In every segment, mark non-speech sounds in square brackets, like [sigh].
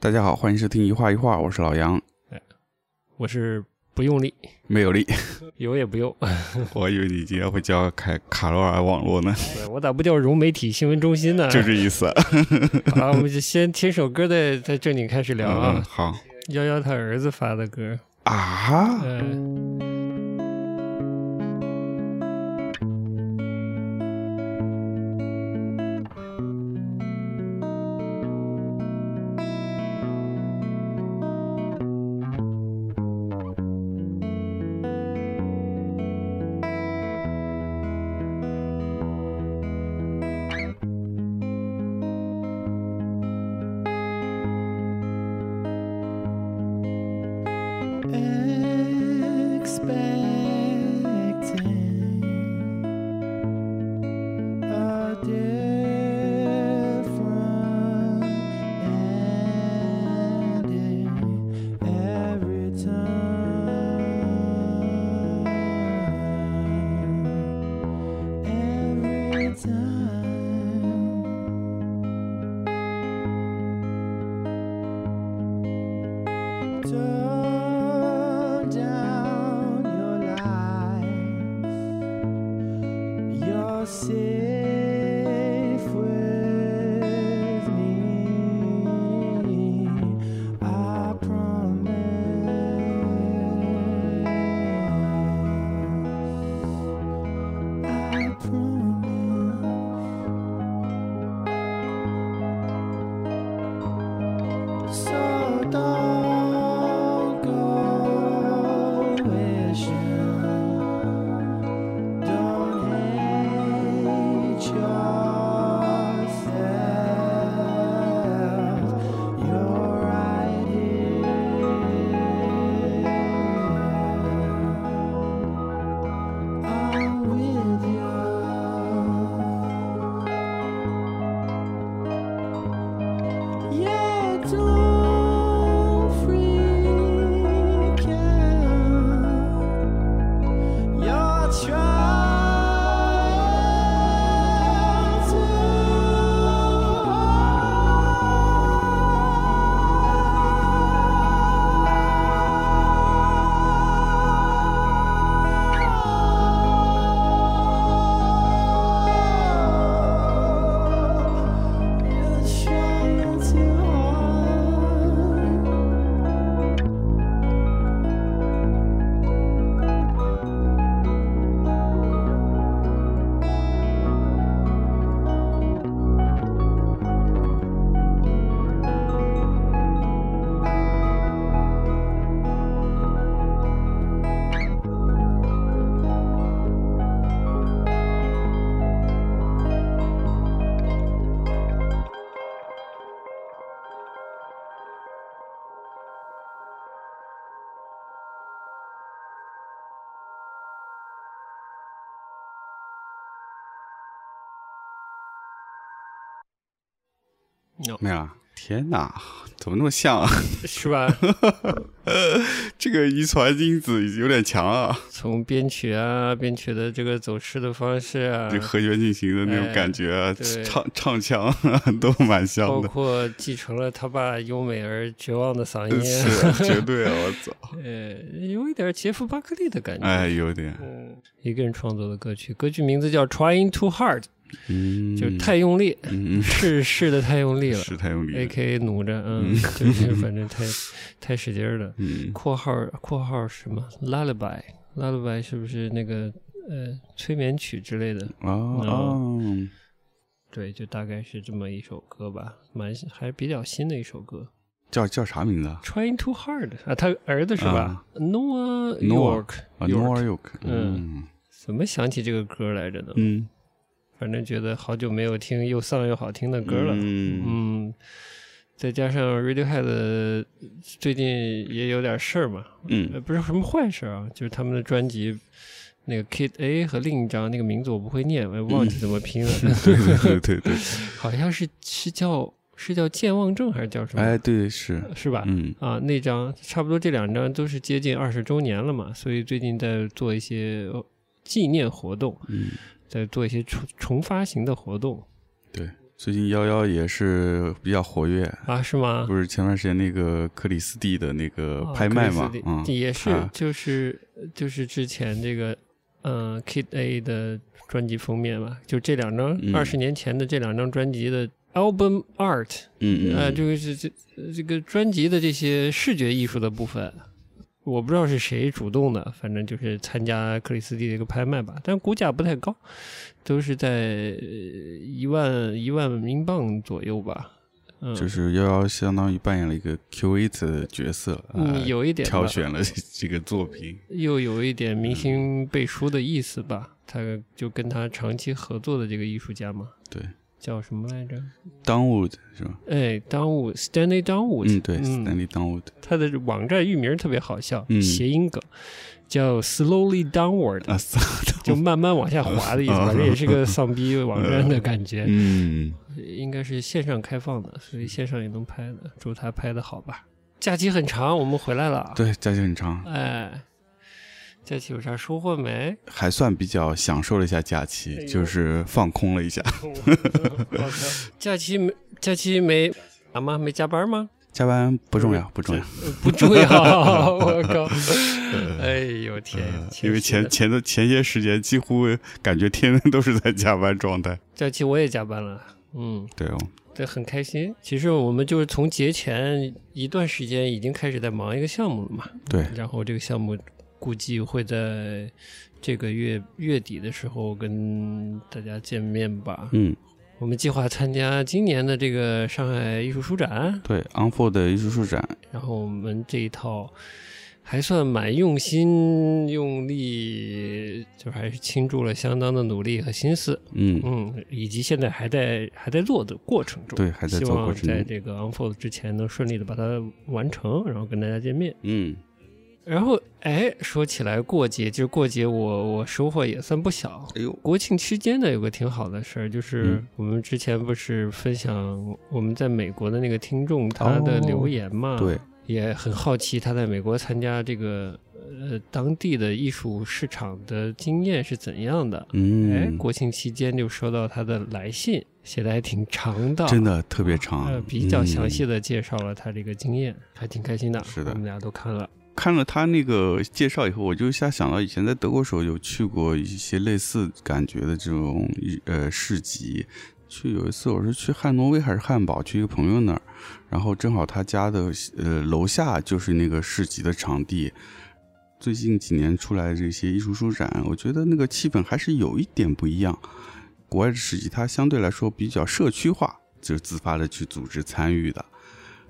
大家好，欢迎收听一画一画，我是老杨，我是不用力，没有 [laughs] 力，有也不用。 [laughs] 我以为你今天会叫凯卡罗尔网络呢，我咋不叫融媒体新闻中心呢？就 [laughs] 这意思。啊，我们就先听首歌再再正经开始 [laughs] 聊嗯，啊。好幺幺他儿子发的歌，啊，嗯、 Expecting a different ending every time. Every time. Turn down your lights. You're safe with me. I promise. I promise. So don't go wishing, don't hate yourself. You're right here. I'm with you. Yeah, don't freak out. You're trying too hard. Trying too hard. No 没有了。天哪，怎么那么像啊？ [laughs] 是吧？ [laughs] 这个遗传因子有点强啊，从编曲啊，编曲的这个走势的方式啊，就和弦进行的那种感觉啊，哎对唱唱腔啊 [laughs] 都蛮像包的，括继承了他爸优美而绝望的嗓音，呃是绝对啊！我 [laughs] 操，呃，有一点杰夫巴克利的感觉。哎，有点，嗯，一个人创作的歌曲，歌曲名字叫《Trying Too Hard》，嗯，就是太用力，嗯，嗯试试的太用力了哎是太用力，A 了， K 努着，嗯，就是反正太太使劲儿了。嗯，括号括号什么？Lullaby，Lullaby 是不是那个呃催眠曲之类的？哦嗯哦，对，就大概是这么一首歌吧，蛮还是比较新的一首歌。叫叫啥名字啊？ Trying too hard 啊，他儿子是吧、n o a h Noah York，啊，Nor York，嗯怎么想起这个歌来着呢？嗯，反正觉得好久没有听又丧又好听的歌了。嗯嗯，再加上 Radiohead 最近也有点事儿嘛，呃， [laughs] 嗯不是什么坏事啊，就是他们的专辑那个 Kid A 和另一张那个名字我不会念，我也忘记怎么拼了，嗯 [laughs] 对对对对对，好像是是叫是叫健忘症还是叫什么？哎，对是，是吧？嗯嗯啊，那张差不多这两张都是接近二十周年了嘛，所以最近在做一些呃纪念活动，嗯，在做一些重重发行的活动。对，最近幺幺也是比较活跃，啊，是吗？不是前段时间那个克里斯蒂的那个哦呃拍卖嘛克里斯蒂，嗯，也是啊，就是就是之前这个嗯、呃 Kid A 的专辑封面吧，就这两张嗯二十、年前的这两张专辑的 album art，嗯嗯，呃，嗯就是这这个专辑的这些视觉艺术的部分。我不知道是谁主动的，反正就是参加克里斯蒂的一个拍卖吧，但股价不太高，都是在一万一万英镑左右吧。嗯，就是幺幺相当于扮演了一个 Q A 的角色，呃嗯，有一点吧挑选了这这个作品，又有一点明星背书的意嗯思吧。他就跟他长期合作的这个艺术家嘛，对叫什么来着？ ，Downwood 是吧？哎，当务 Stanley 当务，嗯，对，Stanley Downwood，他的网站域名特别好笑，嗯谐音梗，叫 Slowly Downward，啊， [laughs] 斯就慢慢往下滑的意思，啊反正也是个丧逼网站的感觉。嗯，应该是线上开放的，所以线上也能拍的。祝他拍的好吧。假期很长，我们回来了。，啊对，假期很长，哎，假期有啥收获没？还算比较享受了一下假哎呦期，就是放空了一下。假期没假期没啊吗？没加 [laughs] 班吗？加班不重要，不重要，呃不重要，我 [laughs] 靠！哎呦天呀！呃因为前前的前些时间几乎感觉天天都是在加班状态。假期我也加班了，嗯，对哦，对，很开心。其实我们就是从节前一段时间已经开始在忙一个项目了嘛，对，然后这个项目估计会在这个月月底的时候跟大家见面吧。嗯，我们计划参加今年的这个上海艺术书展，对，Unfold 的艺术书展，然后我们这一套还算蛮用心用力，就还是倾注了相当的努力和心思，嗯，嗯，以及现在还在还在做的过程中，对，还在希做望过程在中，这个 unfold 之前能顺利的把它完成，然后跟大家见面。嗯然后，哎，说起来过节，就是过节我我收获也算不小。哎呦国庆期间呢，有个挺好的事儿，就是嗯我们之前不是分享我们在美国的那个听众他的留言嘛，哦对，也很好奇他在美国参加这个呃当地的艺术市场的经验是怎样的。哎，嗯，国庆期间就收到他的来信，写的还挺长的，真的特别长呃，，比较详嗯细的介绍了他这个经验，还挺开心的。是的我们俩都看了。看了他那个介绍以后，我就一下想到以前在德国时候有去过一些类似感觉的这种呃市集。去有一次我是去汉诺威还是汉堡，去一个朋友那儿，然后正好他家的呃楼下就是那个市集的场地。最近几年出来的这些艺术书展，我觉得那个气氛还是有一点不一样。国外的市集它相对来说比较社区化，就是自发的去组织参与的。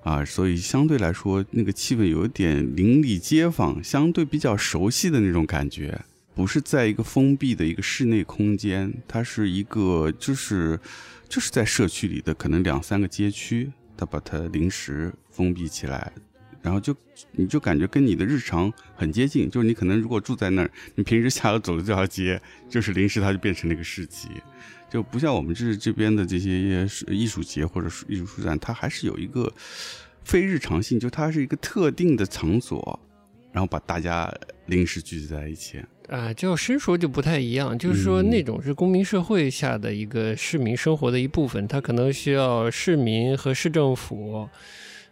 啊，所以相对来说，那个气氛有一点邻里街坊，相对比较熟悉的那种感觉，不是在一个封闭的一个室内空间，它是一个就是就是在社区里的可能两三个街区，它把它临时封闭起来，然后就你就感觉跟你的日常很接近，就是你可能如果住在那儿，你平时下楼走的这条街，就是临时它就变成了一个市集，就不像我们这这边的这些艺术节或者是艺术书展，它还是有一个非日常性，就它是一个特定的场所，然后把大家临时聚集在一起。啊、就申说就不太一样，就是说嗯那种是公民社会下的一个市民生活的一部分，它可能需要市民和市政府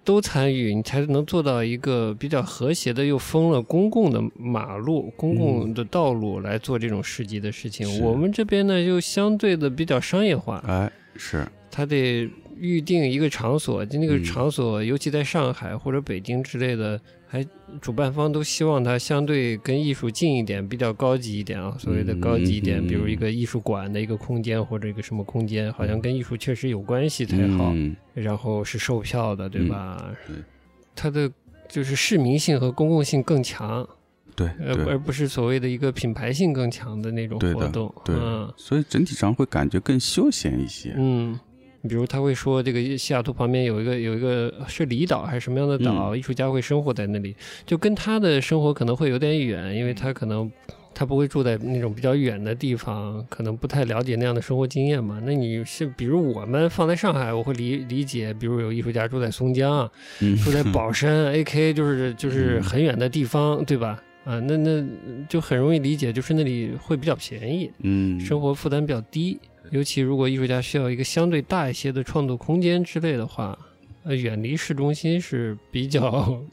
都参与，你才能做到一个比较和谐的，又封了公共的马路、公共的道路来做这种市集的事情。嗯是我们这边呢，就相对的比较商业化，哎，是，他得预定一个场所，就那个嗯场所，尤其在上海或者北京之类的，还主办方都希望它相对跟艺术近一点，比较高级一点啊。所谓的高级一点，嗯嗯嗯比如一个艺术馆的一个空间或者一个什么空间，好像跟艺术确实有关系才好。嗯，然后是售票的，对吧？嗯对它的就是市民性和公共性更强，对呃，对而不是所谓的一个品牌性更强的那种对活的动。对嗯，所以整体上会感觉更休闲一些。嗯，比如他会说这个西雅图旁边有一个有一个呃是离岛还是什么样的岛，艺术家会生活在那里，就跟他的生活可能会有点远，因为他可能他不会住在那种比较远的地方，可能不太了解那样的生活经验嘛。那你是比如我们放在上海，我会理理解，比如有艺术家住在松江，啊嗯，住在宝山，A K 就是就是很远的地方，对吧？啊，那那就很容易理解，就是那里会比较便宜， [laughs] 嗯，生活负担比较低。尤其如果艺术家需要一个相对大一些的创作空间之类的话，呃，远离市中心是比较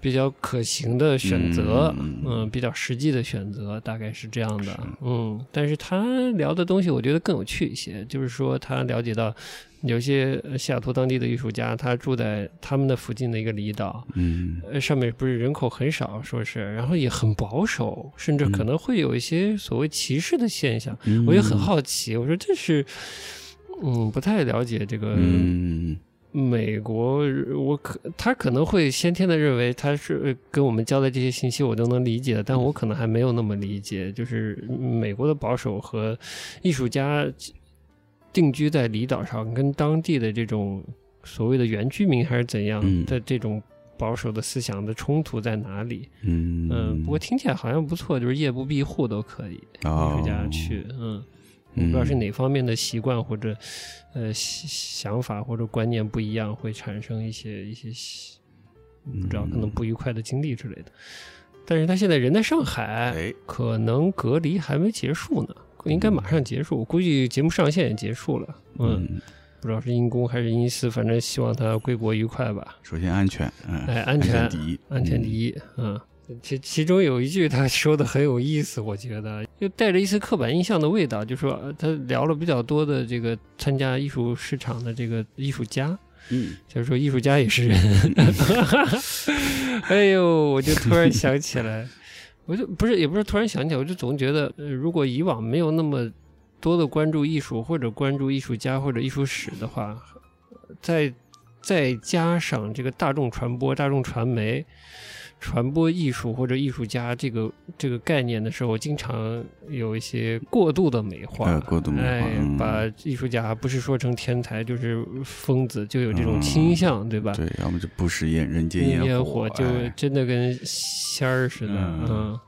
比较可行的选择，嗯嗯、比较实际的选择，大概是这样的，嗯。但是他聊的东西，我觉得更有趣一些，就是说他了解到有些呃西雅图当地的艺术家，他住在他们的附近的一个离岛，嗯呃，上面不是人口很少，说是，然后也很保守，甚至可能会有一些所谓歧视的现象。嗯我也很好奇，我说这是，嗯，不太了解这个嗯美国，我可他可能会先天的认为他是呃跟我们交代这些信息，我都能理解，但我可能还没有那么理解，就是美国的保守和艺术家定居在离岛上，跟当地的这种所谓的原居民还是怎样嗯的这种保守的思想的冲突在哪里？嗯嗯，不过听起来好像不错，就是夜不闭户都可以，艺术家去，嗯。我哦嗯不知道是哪方面的习惯或者呃想想法或者观念不一样，会产生一些一些嗯不知道可能不愉快的经历之类的。但是他现在人在上海，哎可能隔离还没结束呢，应该马上结束，我估计节目上线也结束了。嗯，嗯，不知道是因公还是因私，反正希望他归国愉快吧。首先安全，嗯，哎，安全 [laughs] 全第一，安全第一，一，嗯。其其中有一句他说的很有意思，我觉得又带着一丝刻板印象的味道，就说呃他聊了比较多的这个参加艺术市场的这个艺术家，嗯就是说艺术家也是人。 [laughs] 哎呦，我就突然想起来， [laughs] 我就不是也不是突然想起来，我就总觉得，呃如果以往没有那么多的关注艺术或者关注艺术家或者艺术史的话，再再加上这个大众传播、大众传媒。传播艺术或者艺术家这个这个概念的时候，经常有一些过度的美化，哎过度美化哎嗯把艺术家不是说成天才就是疯子，就有这种倾向，对吧？嗯对，要么就不食烟，人间烟火，就哎真的跟仙儿似的，嗯嗯。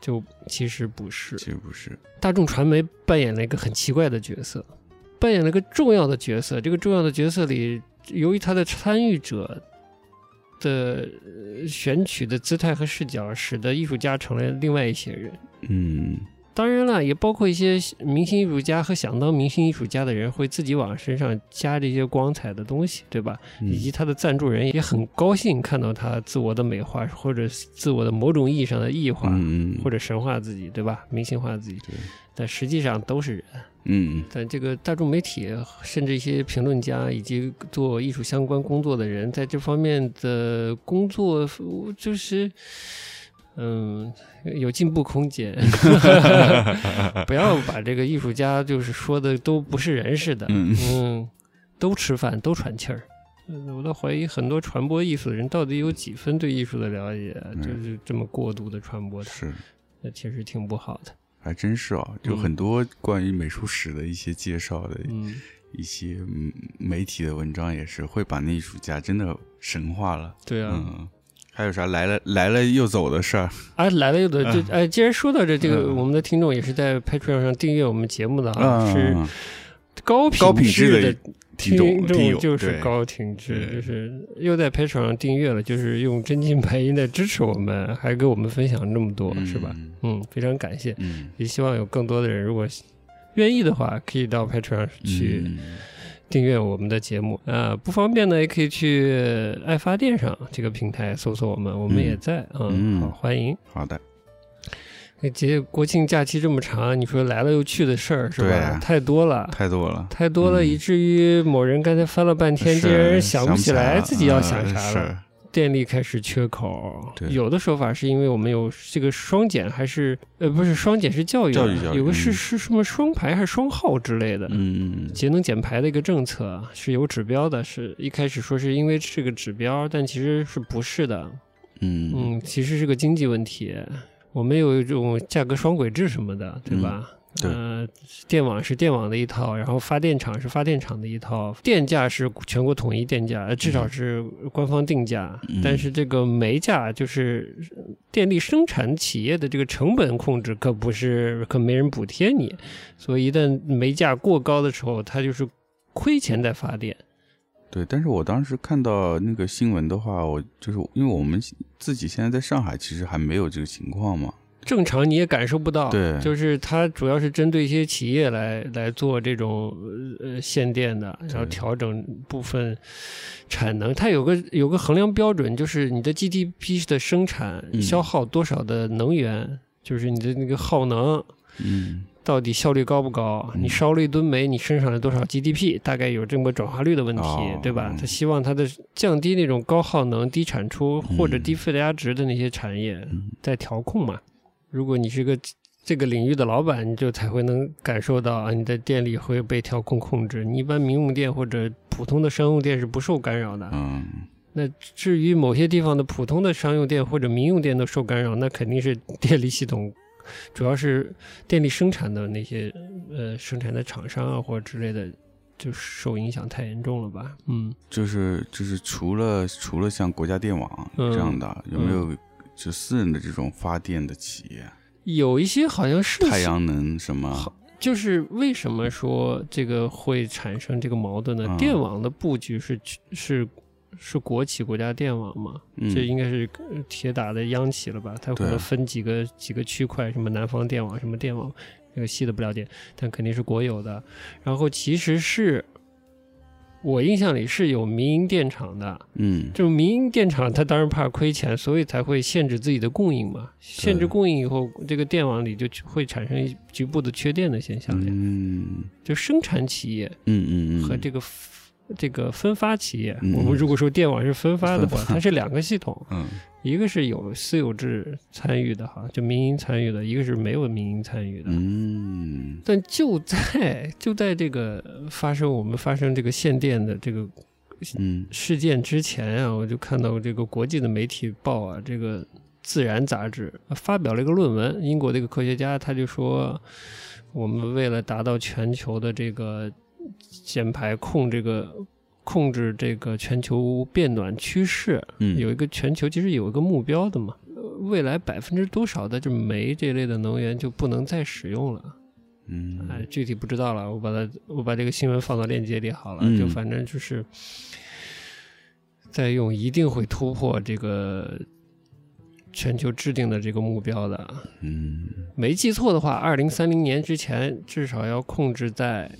就其实不是，其实不是，大众传媒扮演了一个很奇怪的角色，扮演了一个重要的角色。这个重要的角色里，由于他的参与者的呃选取的姿态和视角，使得艺术家成了另外一些人。嗯当然了，也包括一些明星艺术家和想当明星艺术家的人，会自己往身上加这些光彩的东西，对吧？嗯以及他的赞助人也很高兴看到他自我的美化，或者自我的某种意义上的异化，嗯嗯或者神化自己，对吧？明星化自己，对，但实际上都是人。嗯但这个大众媒体，甚至一些评论家以及做艺术相关工作的人，在这方面的工作呃就是，嗯，有进步 [laughs] 空间。不要把这个艺术家就是说的都不是人似的，嗯嗯，都吃饭，都喘气儿。嗯我倒怀疑很多传播艺术的人到底有几分对艺术的了解，就是这么过度的传播它，嗯是。那其实挺不好的。还真是哦，就嗯很多关于美术史的一些介绍的嗯，一些嗯媒体的文章，也是会把那艺术家真的神化了。对啊。嗯，还有啥来了来了又走的事儿？啊，来了又得这哎，既然说到这，这个嗯我们的听众也是在 Patreon 上订阅我们节目的啊，嗯是高高品品质质的的听众听友就是对高品质，对就是又在 Patreon 上订阅了，就是用真金白银的支持我们，还给我们分享这么多，是吧？？嗯嗯，非常感谢，嗯，也希望有更多的人如果愿意的话，可以到 Patreon 去。嗯订阅我们的节目。呃，不方便呢，也可以去爱发电上这个平台搜索我们，我们嗯也在啊、嗯好欢迎。好的，啊那结国庆假期这么长，你说来了又去的事儿是对吧啊？太多了。太多了。太多了，嗯以至于某人刚才翻了半天，是竟然想不不起来自己要想啥呃了。是电力开始缺口对，有的说法是因为我们有这个双减，还是呃不是双减是教育啊，教育教育有个是嗯是什么双排还是双号之类的，嗯，节能减排的一个政策啊是有指标的，是一开始说是因为这个指标，但其实是不是的？嗯嗯嗯，其实是个经济问题。我们有一种价格双轨制什么的，对吧？嗯对呃，电网是电网的一套，然后发电厂是发电厂的一套，电价是全国统一电价，呃至少是官方定价。嗯但是这个煤价就是呃电力生产企业的这个成本控制，可不是可没人补贴你，所以一旦煤价过高的时候，它就是亏钱在发电。对，但是我当时看到那个新闻的话，我就是因为我们自己现在在上海，其实还没有这个情况嘛，正常你也感受不到。对就是它主要是针对一些企业来来做这种呃限电的，然对后调整部分产能。它有个有个衡量标准，就是你的 GDP 的生产嗯消耗多少的能源，就是你的那个耗能。嗯到底效率高不高？嗯你烧了一吨煤，你生产了多少 GDP？大概有这么个转化率的问题，哦对吧嗯？他希望他的降低那种高耗能、低产出嗯或者低附加值的那些产业嗯，在调控嘛。如果你是个这个领域的老板，你就才会能感受到啊，你的店里会被调控控制。你一般民用店或者普通的商用店是不受干扰的。嗯，那至于某些地方的普通的商用店或者民用店都受干扰，那肯定是电力系统，主要是电力生产的那些呃生产的厂商啊或者之类的，就受影响太严重了吧？嗯，就是就是除了除了像国家电网嗯这样的，有没有就私人的这种发电的企业，有一些好像是太阳能什么？就是为什么说这个会产生这个矛盾呢？嗯电网的布局是是是国企国家电网嘛？嗯这应该是呃铁打的央企了吧？它可对能分几个几个区块，什么南方电网，什么电网，这个细的不了解，但肯定是国有的。然后其实是我印象里是有民营电厂的，嗯这种民营电厂它当然怕亏钱，所以才会限制自己的供应嘛。限制供应以后，这个电网里就会产生一局部的缺电的现象呀。嗯就生产企业嗯嗯嗯，和这个 f- 这个分发企业，嗯我们如果说电网是分发的话分，发它是两个系统。嗯一个是有私有制参与的哈，就民营参与的；一个是没有民营参与的。嗯但就在就在这个呃发生我们发生这个限电的这个嗯事件之前啊，我就看到这个国际的媒体报啊，这个《自然》杂志呃发表了一个论文，英国的一个科学家他就说，我们为了达到全球的这个减排控这个。控制这个全球变暖趋势，嗯，有一个全球其实有一个目标的嘛，呃未来百分之多少的这煤这类的能源就不能再使用了。哎嗯，具体不知道了，我把它我把这个新闻放到链接里好了，嗯就反正就是在用一定会突破这个全球制定的这个目标的。嗯没记错的话，二零三零年之前至少要控制在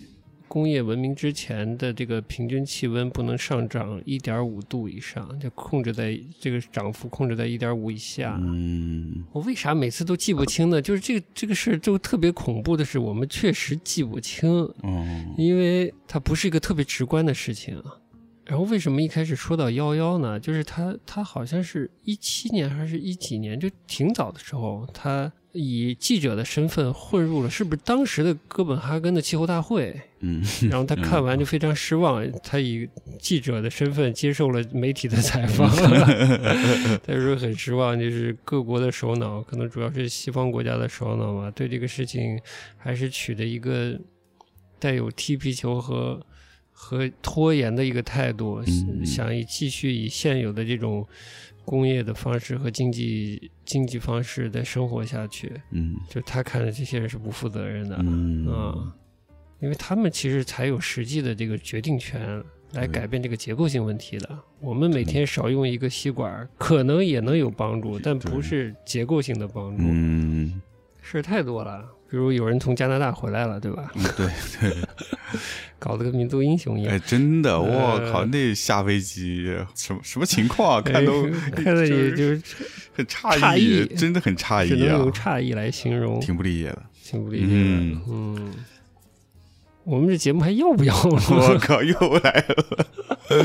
工业文明之前的这个平均气温不能上涨一点五度以上，就控制在这个涨幅控制在一点五以下。嗯我为啥每次都记不清呢？就是这个这个事儿就特别恐怖的是，我们确实记不清，哦，因为它不是一个特别直观的事情啊。然后为什么一开始说到幺幺呢？就是它它好像是一七年还是一几年，就挺早的时候，它以记者的身份混入了，是不是当时的哥本哈根的气候大会？嗯然后他看完就非常失望，他以记者的身份接受了 [laughs] 媒体的采访， [laughs] 他说很失望，就是各国的首脑，可能主要是西方国家的首脑嘛，对这个事情还是取的一个带有踢皮球和和拖延的一个态度，嗯想以继续以现有的这种工业的方式和经济经济方式再生活下去，嗯就他看的这些人是不负责任的，嗯啊，因为他们其实才有实际的这个决定权来改变这个结构性问题的。我们每天少用一个吸管儿，可能也能有帮助，但不是结构性的帮助。嗯，事儿太多了，比如有人从加拿大回来了，对吧？对对。搞得跟民族英雄一样哎，。真的，我呃靠，那下飞机什么什么情况啊、看哎都 [laughs] 看着也是就是很诧诧异，异真的很诧只异能啊用，诧异来形容，挺不理解的。挺不理解的嗯。嗯，我们这节目还要不要我 [laughs] 了？靠，又来了！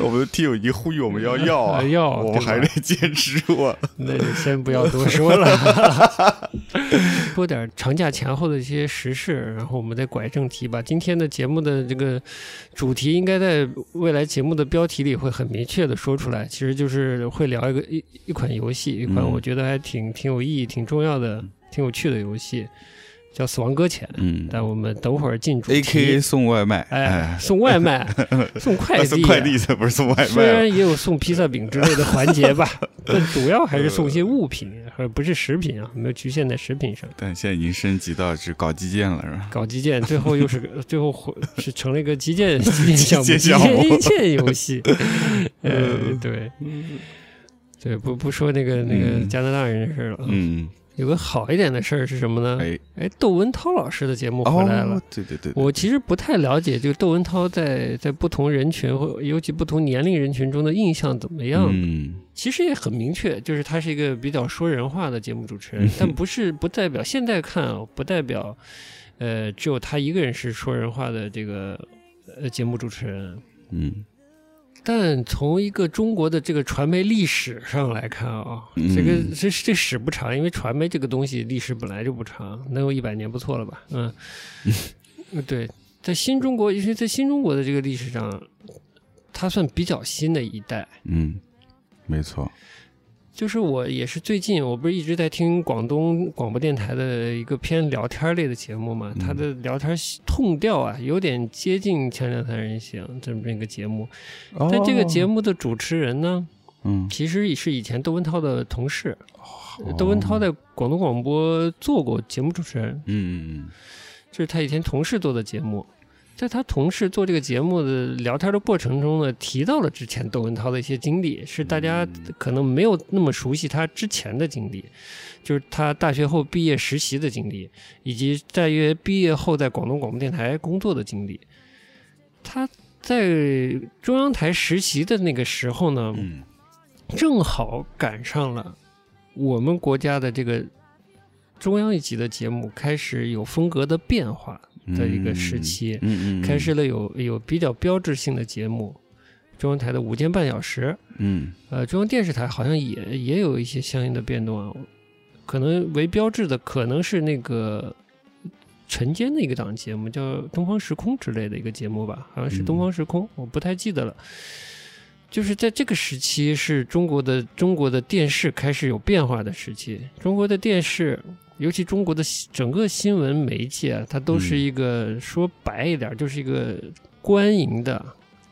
我们的听友已经呼吁我们要要啊，还要我们对吧还得坚持啊。那就先不要多说了， [laughs] 说点长假前后的一些时事，然后我们再拐正题吧。今天的节目的这个主题，应该在未来节目的标题里会很明确的说出来。其实就是会聊一个一一款游戏，一款嗯我觉得还挺挺有意义、挺重要的、挺有趣的游戏，叫《死亡搁浅》。嗯但我们等会儿进主题。 ，A K A 送外卖，哎，，送外 [laughs] 卖，送快那递送，快递才不是送外虽卖啊。然也有送披萨饼之类的环节 [laughs] 吧，但主要还是送些物品，而不是食品啊，没有局限在食品上。但现在已经升级到只搞基建了，是吧？搞基建，最后又是 [laughs] 个最后回是成了一个基建基建项目，基建基项目建基建游 [laughs] 戏。哎呃，对，对，不不说那个那个嗯加拿大人的事了。嗯，有个好一点的事儿是什么呢？哎，哎，窦文涛老师的节目回来了哦。，对对对，对我其实不太了解，就窦文涛在在不同人群或尤其不同年龄人群中的印象怎么样。嗯其实也很明确，就是他是一个比较说人话的节目主持人嗯，但不是不代表现在看啊，不代表呃只有他一个人是说人话的这个呃节目主持人。嗯但从一个中国的这个传媒历史上来看啊、嗯这个这这史不长，因为传媒这个东西历史本来就不长，能有一百年不错了吧？ [laughs] 嗯，对，在新中国，尤其在新中国的这个历史上，它算比较新的一代。嗯，没错，就是我也是最近，我不是一直在听广东广播电台的一个偏聊天类的节目嘛，嗯它的聊天痛调啊，有点接近《锵锵三人行》这么一个节目，但这个节目目的主持人呢，嗯，其实也是以前窦文涛的同事，哦窦文涛在广东广播做过节目主持人，嗯嗯这是他以前同事做的节目。在他同事做这个节目的聊天的过程中呢，提到了之前窦文涛的一些经历，是大家可能没有那么熟悉他之前的经历，就是他大学后毕业实习的经历，以及大约毕业后在广东广播电台工作的经历。他在中央台实习的那个时候呢，嗯正好赶上了我们国家的这个中央一级的节目开始有风格的变化，嗯的一个时期嗯嗯，嗯开始，了有有比较标志性的节目，中央台的午间半小时，嗯呃，中央电视台好像也也有一些相应的变动啊，可能为标志的可能是那个。晨间的一个档节目叫《东方时空》之类的一个节目吧，好像是《嗯东方时空》，我不太记得了。就是在这个时期，是中国的中国的电视开始有变化的时期。中国的电视，尤其中国的新整个新闻媒介啊，它都是嗯一个、说白一点，就是一个官营的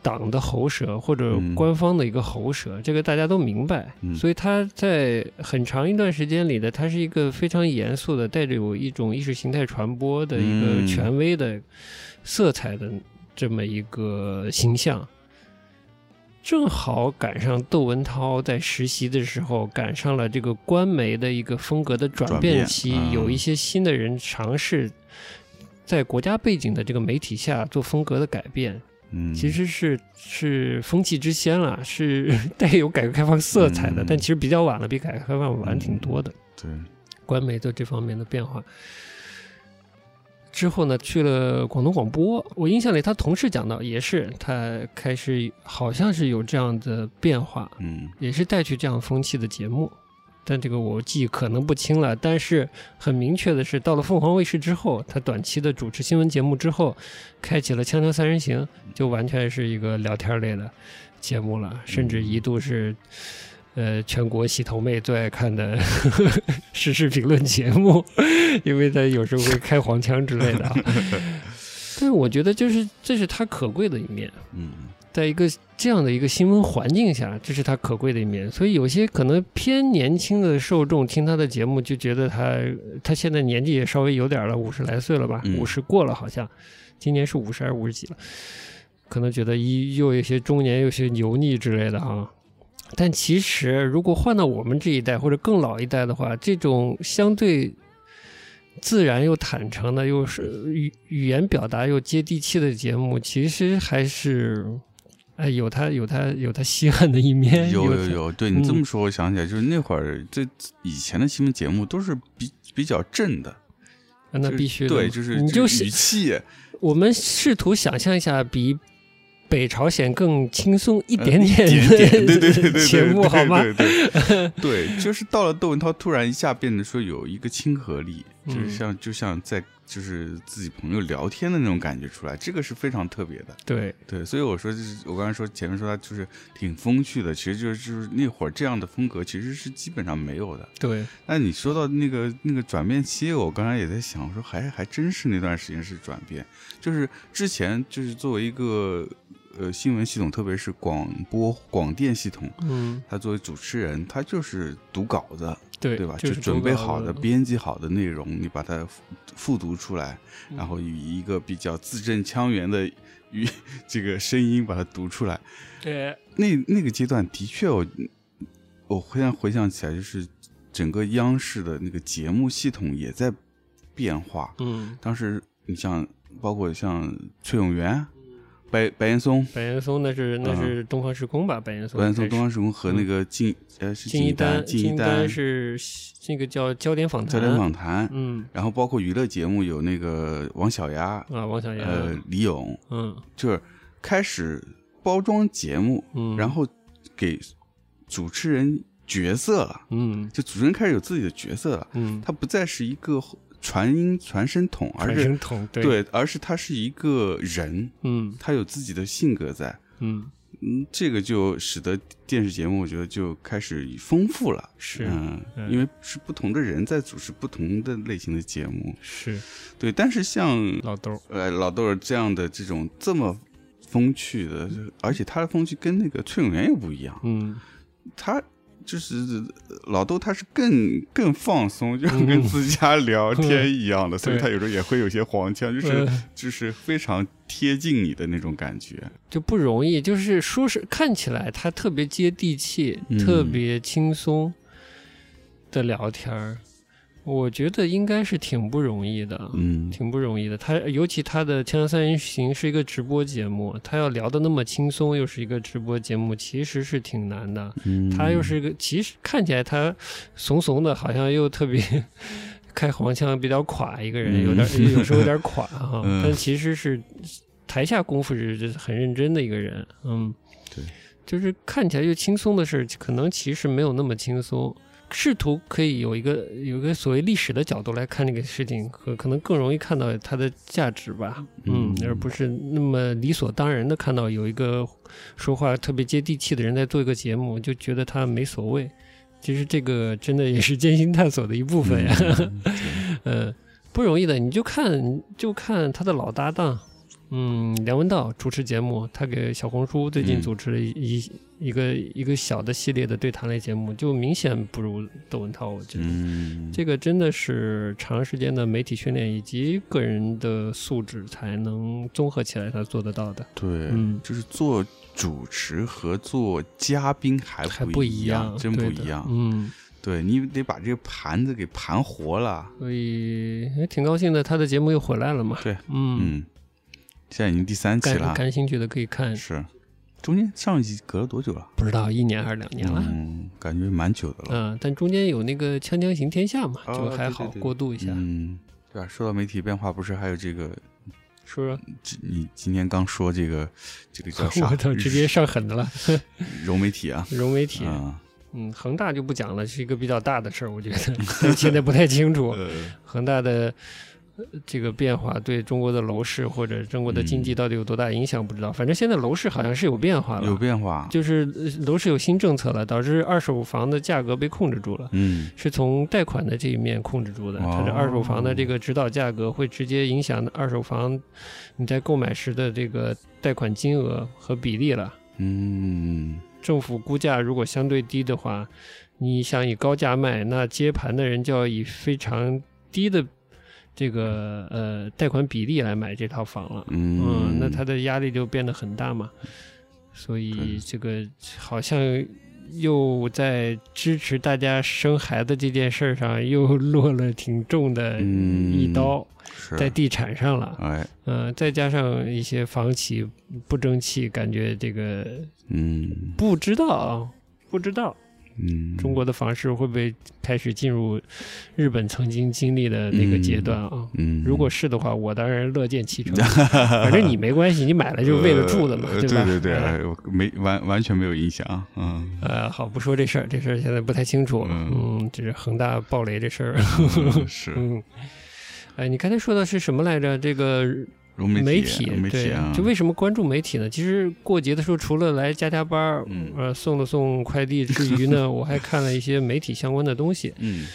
党的喉舌，或者嗯官方的一个喉舌，这个大家都明白。嗯所以它在很长一段时间里的，它是一个非常严肃的，带着有一种意识形态传播的一个嗯权威的色彩的这么一个形象。正好赶上窦文涛在实习的时候，赶上了这个官媒的一个风格的转转变变期，嗯有一些新的人尝试在国家背景的这个媒体下做风格的改变，嗯，其实是是风气之先了，是 [laughs] 带有改革开放色彩的，嗯但其实比较晚了，比改革开放晚挺多的。对，官媒的这方面的变化。之后呢，去了广东广播。我印象里，他同事讲到，也是他开始好像是有这样的变化，嗯也是带去这样风气的节目，但这个我记忆可能不清了。但是很明确的是，到了凤凰卫视之后，他短期的主持新闻节目之后，开启了《锵锵三人行》，就完全是一个聊天类的节目了，甚至一度是。呃，全国洗头妹最爱看的 [laughs] 时事评论节目，因为他有时候会开黄腔之类的、啊。但是我觉得，就是这是他可贵的一面。嗯在一个这样的一个新闻环境下，这是它可贵的一面。所以有些可能偏年轻的受众听他的节目，就觉得他他现在年纪也稍微有点了，五十来岁了吧，嗯五十、过了好像，今年是五十还是五十几了，可能觉得一又有些中年，又有些油腻之类的哈。但其实如果换到我们这一代或者更老一代的话，这种相对自然又坦诚的，又是语语言表达又接地气的节目，其实还是，哎，有它有它有它稀罕的一面。有它有有，对你这嗯么说，我想起来，就是那会儿这以前的新闻节目都是比比较正的，啊那就是必须的对，嘛就是你就语是气我们试图想象一下比。北朝鲜更轻松一呃点一点点点，对对对对的对， [laughs] 节目对好吗？对对 [laughs] 对对，就是到了窦文涛，突然一下变得说有一个亲和力，就是嗯像就像在就是自己朋友聊天的那种感觉出来，这个是非常特别的。对，对，所以我说就是我刚才说前面说他就是挺风趣的，其实就是就是那会儿这样的风格其实是基本上没有的。对，那你说到那个那个转变期，我刚才也在想，我说还还真是那段时间是转变，就是之前就是作为一个呃新闻系统，特别是广播广电系统，嗯，他作为主持人，他就是读稿子，对，对吧？就是准备好中的、国编辑好的内容，你把它复复读出来，嗯然后以一个比较字正腔圆的语 [laughs] 这个声音把它读出来。对，那那个阶段的确我，我现在回想起来，就是整个央视的那个节目系统也在变化。嗯，当时你像包括像崔永元、嗯白白岩松、白岩松那是那是东方时空吧？白岩松白开啊岩始，松、嗯东方时空和那个靳呃是金一一丹，金一丹丹是西那个叫焦点访谈，焦点访谈，嗯然后包括娱乐节目有那个王小丫、啊，王小丫，呃李咏，嗯就是开始包装节目，嗯，然后给主持人角色了，嗯就主持人开始有自己的角色了，嗯，他不再是一个传音传声筒，而传是声筒，对，对，而是他是一个人，嗯他有自己的性格在。嗯嗯，这个就使得电视节目，我觉得就开始丰富了。是嗯，嗯因为是不同的人在主持不同的类型的节目。是对，但是像老豆儿，呃老豆儿这样的这种这么风趣的，而且他的风趣跟那个崔永元又不一样，嗯他。就是呃老豆，他是更更放松，就跟自家聊天一样的，所以嗯 [laughs] 对他有时候也会有些黄腔，就是嗯就是非常贴近你的那种感觉。就不容易，就是说是看起来他特别接地气，嗯特别轻松的聊天儿，我觉得应该是挺不容易的，嗯，挺不容易的。他尤其他的《锵锵三人行》是一个直播节目，他要聊的那么轻松，又是一个直播节目，其实是挺难的。嗯他又是一个，其实看起来他怂怂的，好像 [laughs] 又特别开黄腔，比较垮一个人，嗯有点有时候有点垮哈 [laughs] 嗯，但其实是台下功夫是很认真的一个人，嗯，对，就是看起来就轻松的事儿，可能其实没有那么轻松。试图可以有一个有一个所谓历史的角度来看这个事情，可可能更容易看到它的价值吧，嗯，嗯而不是那么理所当然的看到有一个说话特别接地气的人在做一个节目，就觉得他没所谓。其实这个真的也是艰辛探索的一部分呀， [laughs] 嗯，不容易的。你就看就看他的老搭档，嗯，梁文道主持节目，他给小红书最近嗯主持了一、一个一个小的系列的对谈类节目，就明显不如窦文涛，我 [laughs] 觉得。嗯，这个真的是长时间的媒体训练以及个人的素质才能综合起来才做得到的。对，嗯就是做主持和做嘉宾还还不一样，真不对一的样。嗯，对你得把这个盘子给盘活了。所以也挺高兴的，他的节目又回来了嘛。对，嗯，嗯，现在已经第三期感了，感兴趣的可以看，是中间上一集隔了多久了？不知道一年还是两年了。呃嗯嗯，感觉蛮久的了。但中间有那个《锵锵行天下》嘛，嗯哦就还好对对对过渡一下。嗯，对吧？说到媒体变化，不是还有这个？[laughs] 说说，这你今天刚说这个，这个叫啥？ [laughs] 我操，直接上狠的了，融媒体啊，融媒体。啊，嗯，恒大就不讲了，是一个比较大的事儿，我觉得， [laughs] 但现在不太 [laughs] 清楚。呃，恒大的呃这个变化对中国的楼市或者中国的经济到底有多大影响，不知道。反正现在楼市好像是有变化了，嗯有变化，就是呃楼市有新政策了，导致二手房的价格被控制住了。嗯，是从贷款的这一面控制住的，它的哦二手房的这个指导价格会直接影响二手房你在购买时的这个贷款金额和比例了。嗯，政府估价如果相对低的话，你想以高价卖，那接盘的人就要以非常低的这个呃贷款比例来买这套房了。嗯嗯，那他的压力就变得很大嘛。所以对这个好像又在支持大家生孩子这件事儿上又落了挺重的嗯一刀，是啊在地产上了。哎，嗯、再加上一些房企不争气，感觉这个嗯不知道啊，不知道嗯，中国的房市会不会开始进入日本曾经经历的那个阶段啊？嗯，如果是的话，我当然乐见 [laughs] 其成。反正你没关系，你买了就是为了住的嘛，呃吧？对对对，呃哎我没完完全没有影响，嗯，呃，好，不说这事儿，这事儿现在不太清楚。嗯嗯，这是恒大暴雷这事儿。 [laughs] 是 [laughs] 嗯，哎，你刚才说的是什么来着？这个融媒体，体，媒对，啊，就为什么关注媒体呢？其实过节的时候，除了来加加班儿，嗯呃，送了送快递之余 [laughs] 呢，我还看了一些媒体相关的东西，嗯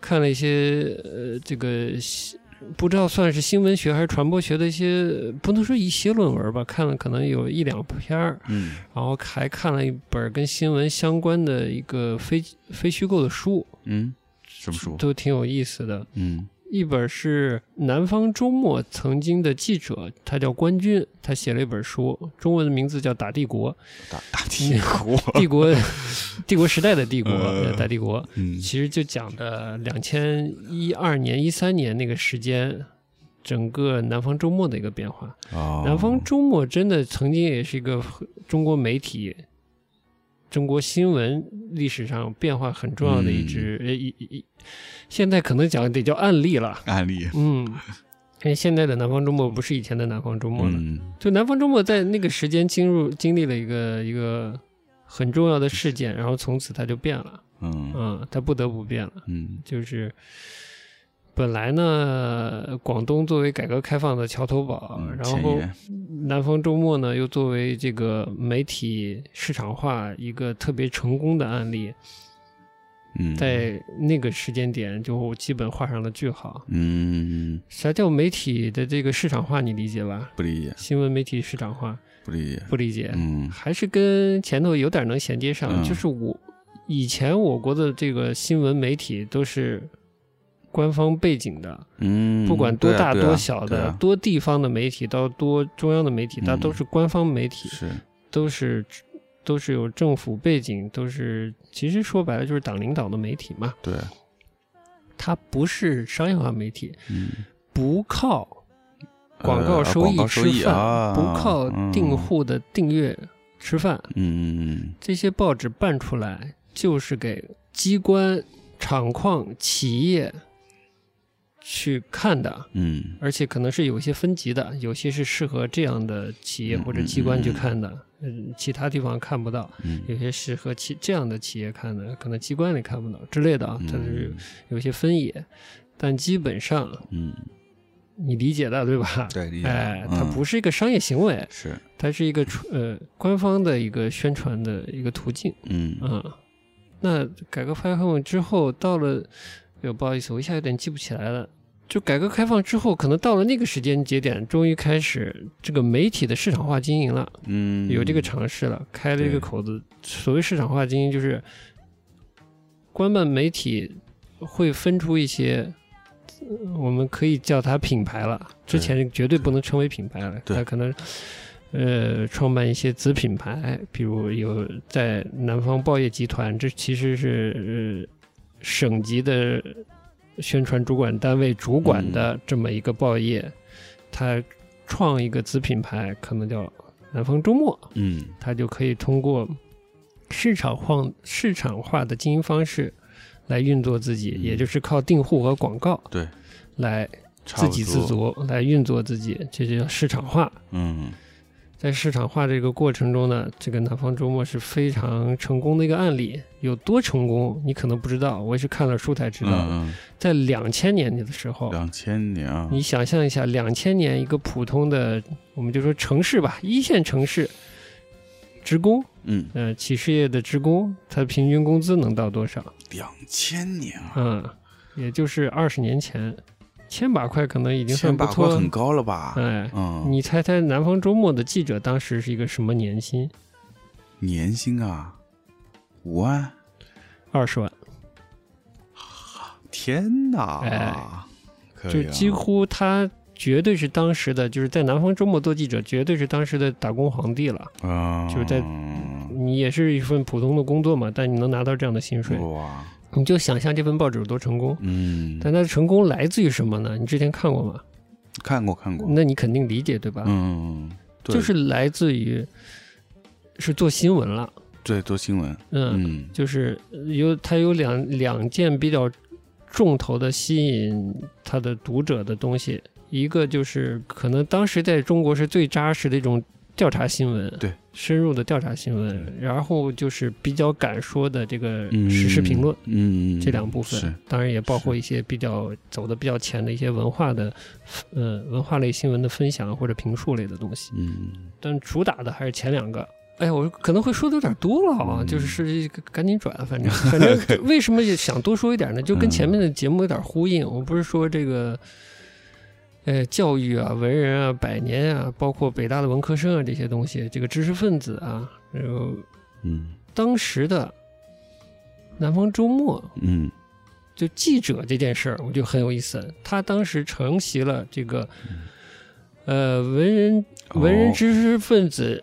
看了一些呃，这个新不知道算是新闻学还是传播学的一些，呃不能说一些论文吧，看了可能有一两篇儿，嗯然后还看了一本跟新闻相关的一个非非虚构的书，嗯，什么书？都挺有意思的。嗯一本是南方周末曾经的记者，他叫关军， [laughs] 他写了一本书，中文的名字叫《打帝国打打帝国，》，帝国 [laughs] 帝国时代的帝国，呃大帝国，嗯其实就讲的两千一二年、一三年那个时间，整个南方周末的一个变化。啊，南方周末真的曾经也是一个中国媒体、中国新闻历史上变化很重要的一支，嗯呃一一一，现在可能讲得叫案例了。案例，嗯，因为现在的南方周末不是以前的南方周末了。嗯就南方周末在那个时间进入经历了一个一个很重要的事件，然后从此它就变了，嗯嗯，它不得不变了。嗯就是本来呢，广东作为改革开放的桥头堡，嗯，然前后沿南方周末呢又作为这个媒体市场化一个特别成功的案例，嗯，在那个时间点就基本画上了句号。嗯啥叫媒体的这个市场化？你理解吧？不理解新闻媒体市场化不理解，不理解，嗯还是跟前头有点能衔接上，嗯就是我以前我国的这个新闻媒体都是官方背景的，嗯，不管多对啊大对啊多小对的、啊多地方的媒体到多中央的媒体，嗯它都是官方媒体，是都是都是有政府背景，都是其实说白了就是党领导的媒体嘛，对，它不是商业化媒体，嗯，不靠广呃告收广益告吃收益饭，啊，不靠订户的订阅吃饭。嗯，嗯这些报纸办出来就是给机关、厂矿、企业去看的，嗯而且可能是有一些分级的，有些是适合这样的企业嗯或者机关去看的，嗯，其他地方看不到；嗯嗯有些适合企这样的企业看的，可能机关里看不到之类的啊，它是有一些分野，但基本上嗯，你理解的对吧？对，理解了，哎，它嗯不是一个商业行为，是，它是一个呃官方的一个宣传的一个途径。嗯嗯，那改革开放之后，到了，哎呦，不好意思，我一下有点记不起来了。就改革开放之后，可能到了那个时间节点，终于开始这个媒体的市场化经营了，嗯，有这个尝试了，开了一对个口子。所谓市场化经营，就是官办媒体会分出一些。呃我们可以叫它品牌了，之对前绝对不能称为品牌了，对它可能呃，创办一些子品牌，比如有在南方报业集团，这其实是呃省级的宣传主管单位主管的这么一个报业，他创一个子品牌，可能叫南方周末，嗯他就可以通过市场化市场化的经营方式来运作自己，嗯也就是靠订户和广告对来差自不给自多，足，来运作自己，这就叫市场化。嗯在市场化这个过程中呢，这个南方周末是非常成功的一个案例。有多成功，你可能不知道，我也是看了书才知道的。嗯在两千年的时嗯，候，两千年啊，你想象一下，两千年一个普通的，我们就说城市吧，一线城市，职工，嗯，呃，企事业的职工，他的平均工资能到多少？两千年啊，嗯，也就是二十年前，千把块可能已经算千不把错块了很。高了吧？哎，嗯，你猜猜南方周末的记者当时是一个什么年薪？年薪啊，五万，二十万。天哪，哎可就以啊几乎他绝对是当时的，就是在南方周末做记者，绝对是当时的打工皇帝了。啊，就是在嗯你也是一份普通的工作嘛，但你能拿到这样的薪水，哇，你就想象这份报纸有多成功。嗯，但它的成功来自于什么呢？你之前看过吗？看过看过，那你肯定理解对吧？嗯，对就是来自于是做新闻了，对做新闻，嗯，嗯就是有它有两两件比较重头的吸引它的读者的东西，一个就是可能当时在中国是最扎实的一种调查新闻，对，深入的调查新闻，然后就是比较敢说的这个时事评论。，嗯，嗯这两部分是，当然也包括一些比较走的比较前的一些文化的，呃，文化类新闻的分享或者评述类的东西。嗯但主打的还是前两个。哎呀，我可能会说的有点多了啊，嗯就是是赶紧转，反正反正为什么也想多说一点呢？就跟前面的节目有点呼应。我不是说这个，呃，教育啊、文人啊、百年啊，包括北大的文科生啊这些东西，这个知识分子啊，然后嗯当时的南方周末嗯就记者这件事儿，我觉得很有意思。他当时承袭了这个，呃，文人文人哦知识分子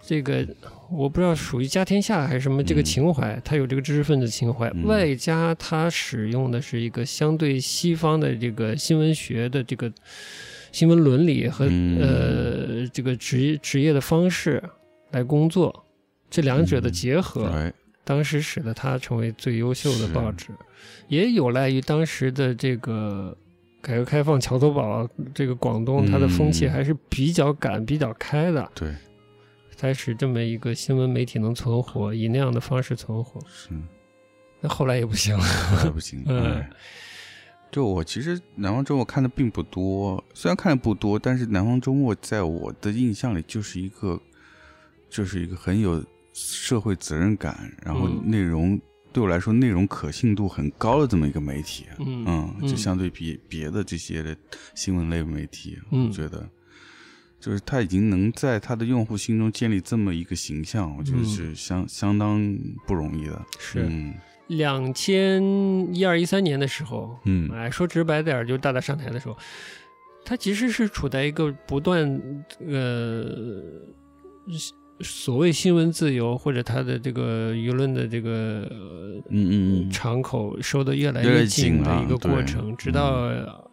这个我不知道属于家天下还是什么这个嗯情怀，他有这个知识分子情怀，嗯外加他使用的是一个相对西方的这个新闻学的这个新闻伦理和、嗯呃这个职业职业的方式来工作，这两者的结合，哎，当时使得它成为最优秀的是报纸，也有赖于当时的这个改革开放桥头堡，这个广东它的风气嗯还是比较赶、比较开的，对，才使这么一个新闻媒体能存活，以那样的方式存活。是那后来也不行了，。还不行 [laughs] 嗯哎，就我其实南方周末看的并不多，虽然看的不多，但是南方周末在我的印象里就是一个，就是一个很有社会责任感，然后嗯内容、对我来说内容可信度很高的这么一个媒体。嗯嗯，就相对比别的这些的新闻类媒体，嗯我觉得，就是他已经能在他的用户心中建立这么一个形象，我觉得嗯是相相当不容易的。是嗯两千一二一三年的时候，嗯，哎，说直白点儿，就是大大上台的时候，他其实是处在一个不断呃所谓新闻自由或者他的这个舆论的这个、呃嗯嗯嗯，敞口收的越来越来越紧紧的了一个过程，对嗯直到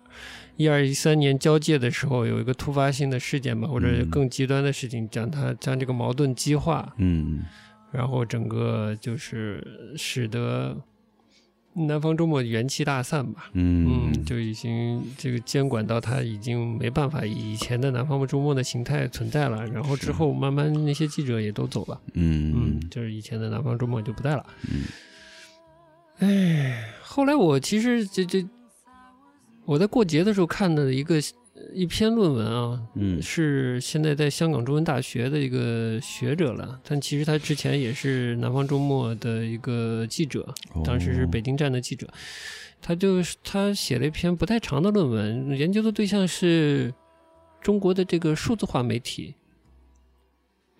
一二一三年交界的时候，有一个突发性的事件吧，或者嗯更极端的事情，将它将这个矛盾激化，嗯，然后整个就是使得南方周末元气大散吧。嗯嗯，就已经这个监管到它已经没办法以以前的南方周末的形态存在了，然后之是后慢慢那些记者也都走了，嗯就是以前的南方周末就不在了。嗯哎，后来我其实这这我在过节的时候看的一个一篇论文啊，嗯是现在在香港中文大学的一个学者了，但其实他之前也是南方周末的一个记者，哦当时是北京站的记者，他就是他写了一篇不太长的论文，研究的对象是中国的这个数字化媒体，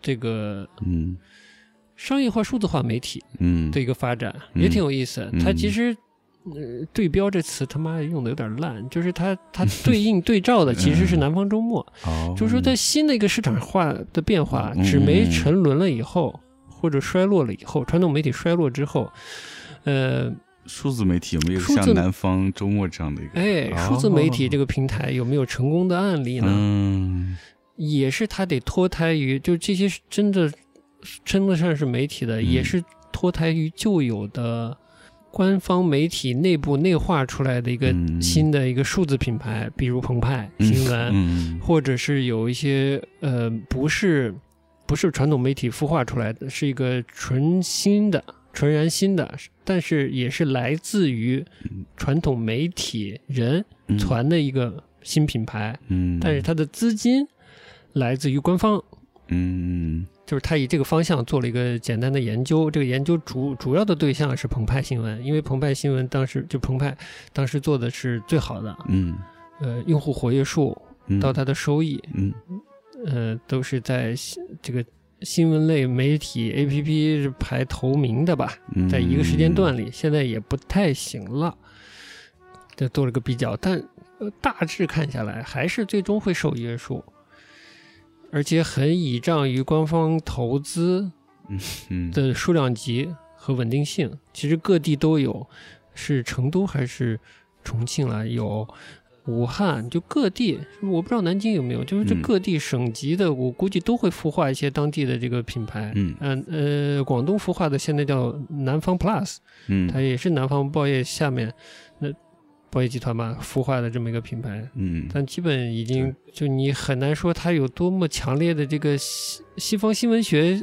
这个嗯商业化数字化媒体嗯的一个发展，嗯也挺有意思。嗯他其实。呃，对标这词他妈用的有点烂，就是 [laughs] 它它对应对照的其实是南方周末，嗯哦，就是说在新的一个市场化的变化，嗯纸媒沉沦了以后，或者衰落了以后，传统媒体衰落之后，呃，数字媒体有没有数字像南方周末这样的一个哎，数字媒体这个个平台有没有成功的案例呢？哦嗯也是它得脱胎于，就这些是真的称得上是媒体的，嗯也是脱胎于旧有的官方媒体内部内化出来的一个嗯新的一个数字品牌，比如澎湃嗯新闻，嗯或者是有一些呃不是不是传统媒体孵化出来的，是一个纯新的、纯然新的，但是也是来自于传统媒体人嗯传的一个新品牌，嗯，但是它的资金来自于官方。嗯就是他以这个方向做了一个简单的研究，这个研究主主要的对象是澎湃新闻，因为澎湃新闻当时就澎湃当时做的是最好的，嗯呃，用户活跃数嗯到它的收益，嗯呃，都是在新这个新闻类媒体 APP 是排头名的吧，嗯在一个时间段里，现在也不太行了，这做了个比较，但、呃、大致看下来，还是最终会受约束，而且很倚仗于官方投资嗯的数量级和稳定性，其实各地都有，是成都还是重庆啦，有武汉，就各地，我不知道南京有没有，就是这嗯各地省级的，我估计都会孵化一些当地的这个品牌。嗯嗯呃，广东孵化的现在叫南方 Plus，嗯它也是南方报业下面那报业集团吧孵化的这么一个品牌。嗯但基本已经就你很难说它有多么强烈的这个西西方新闻学，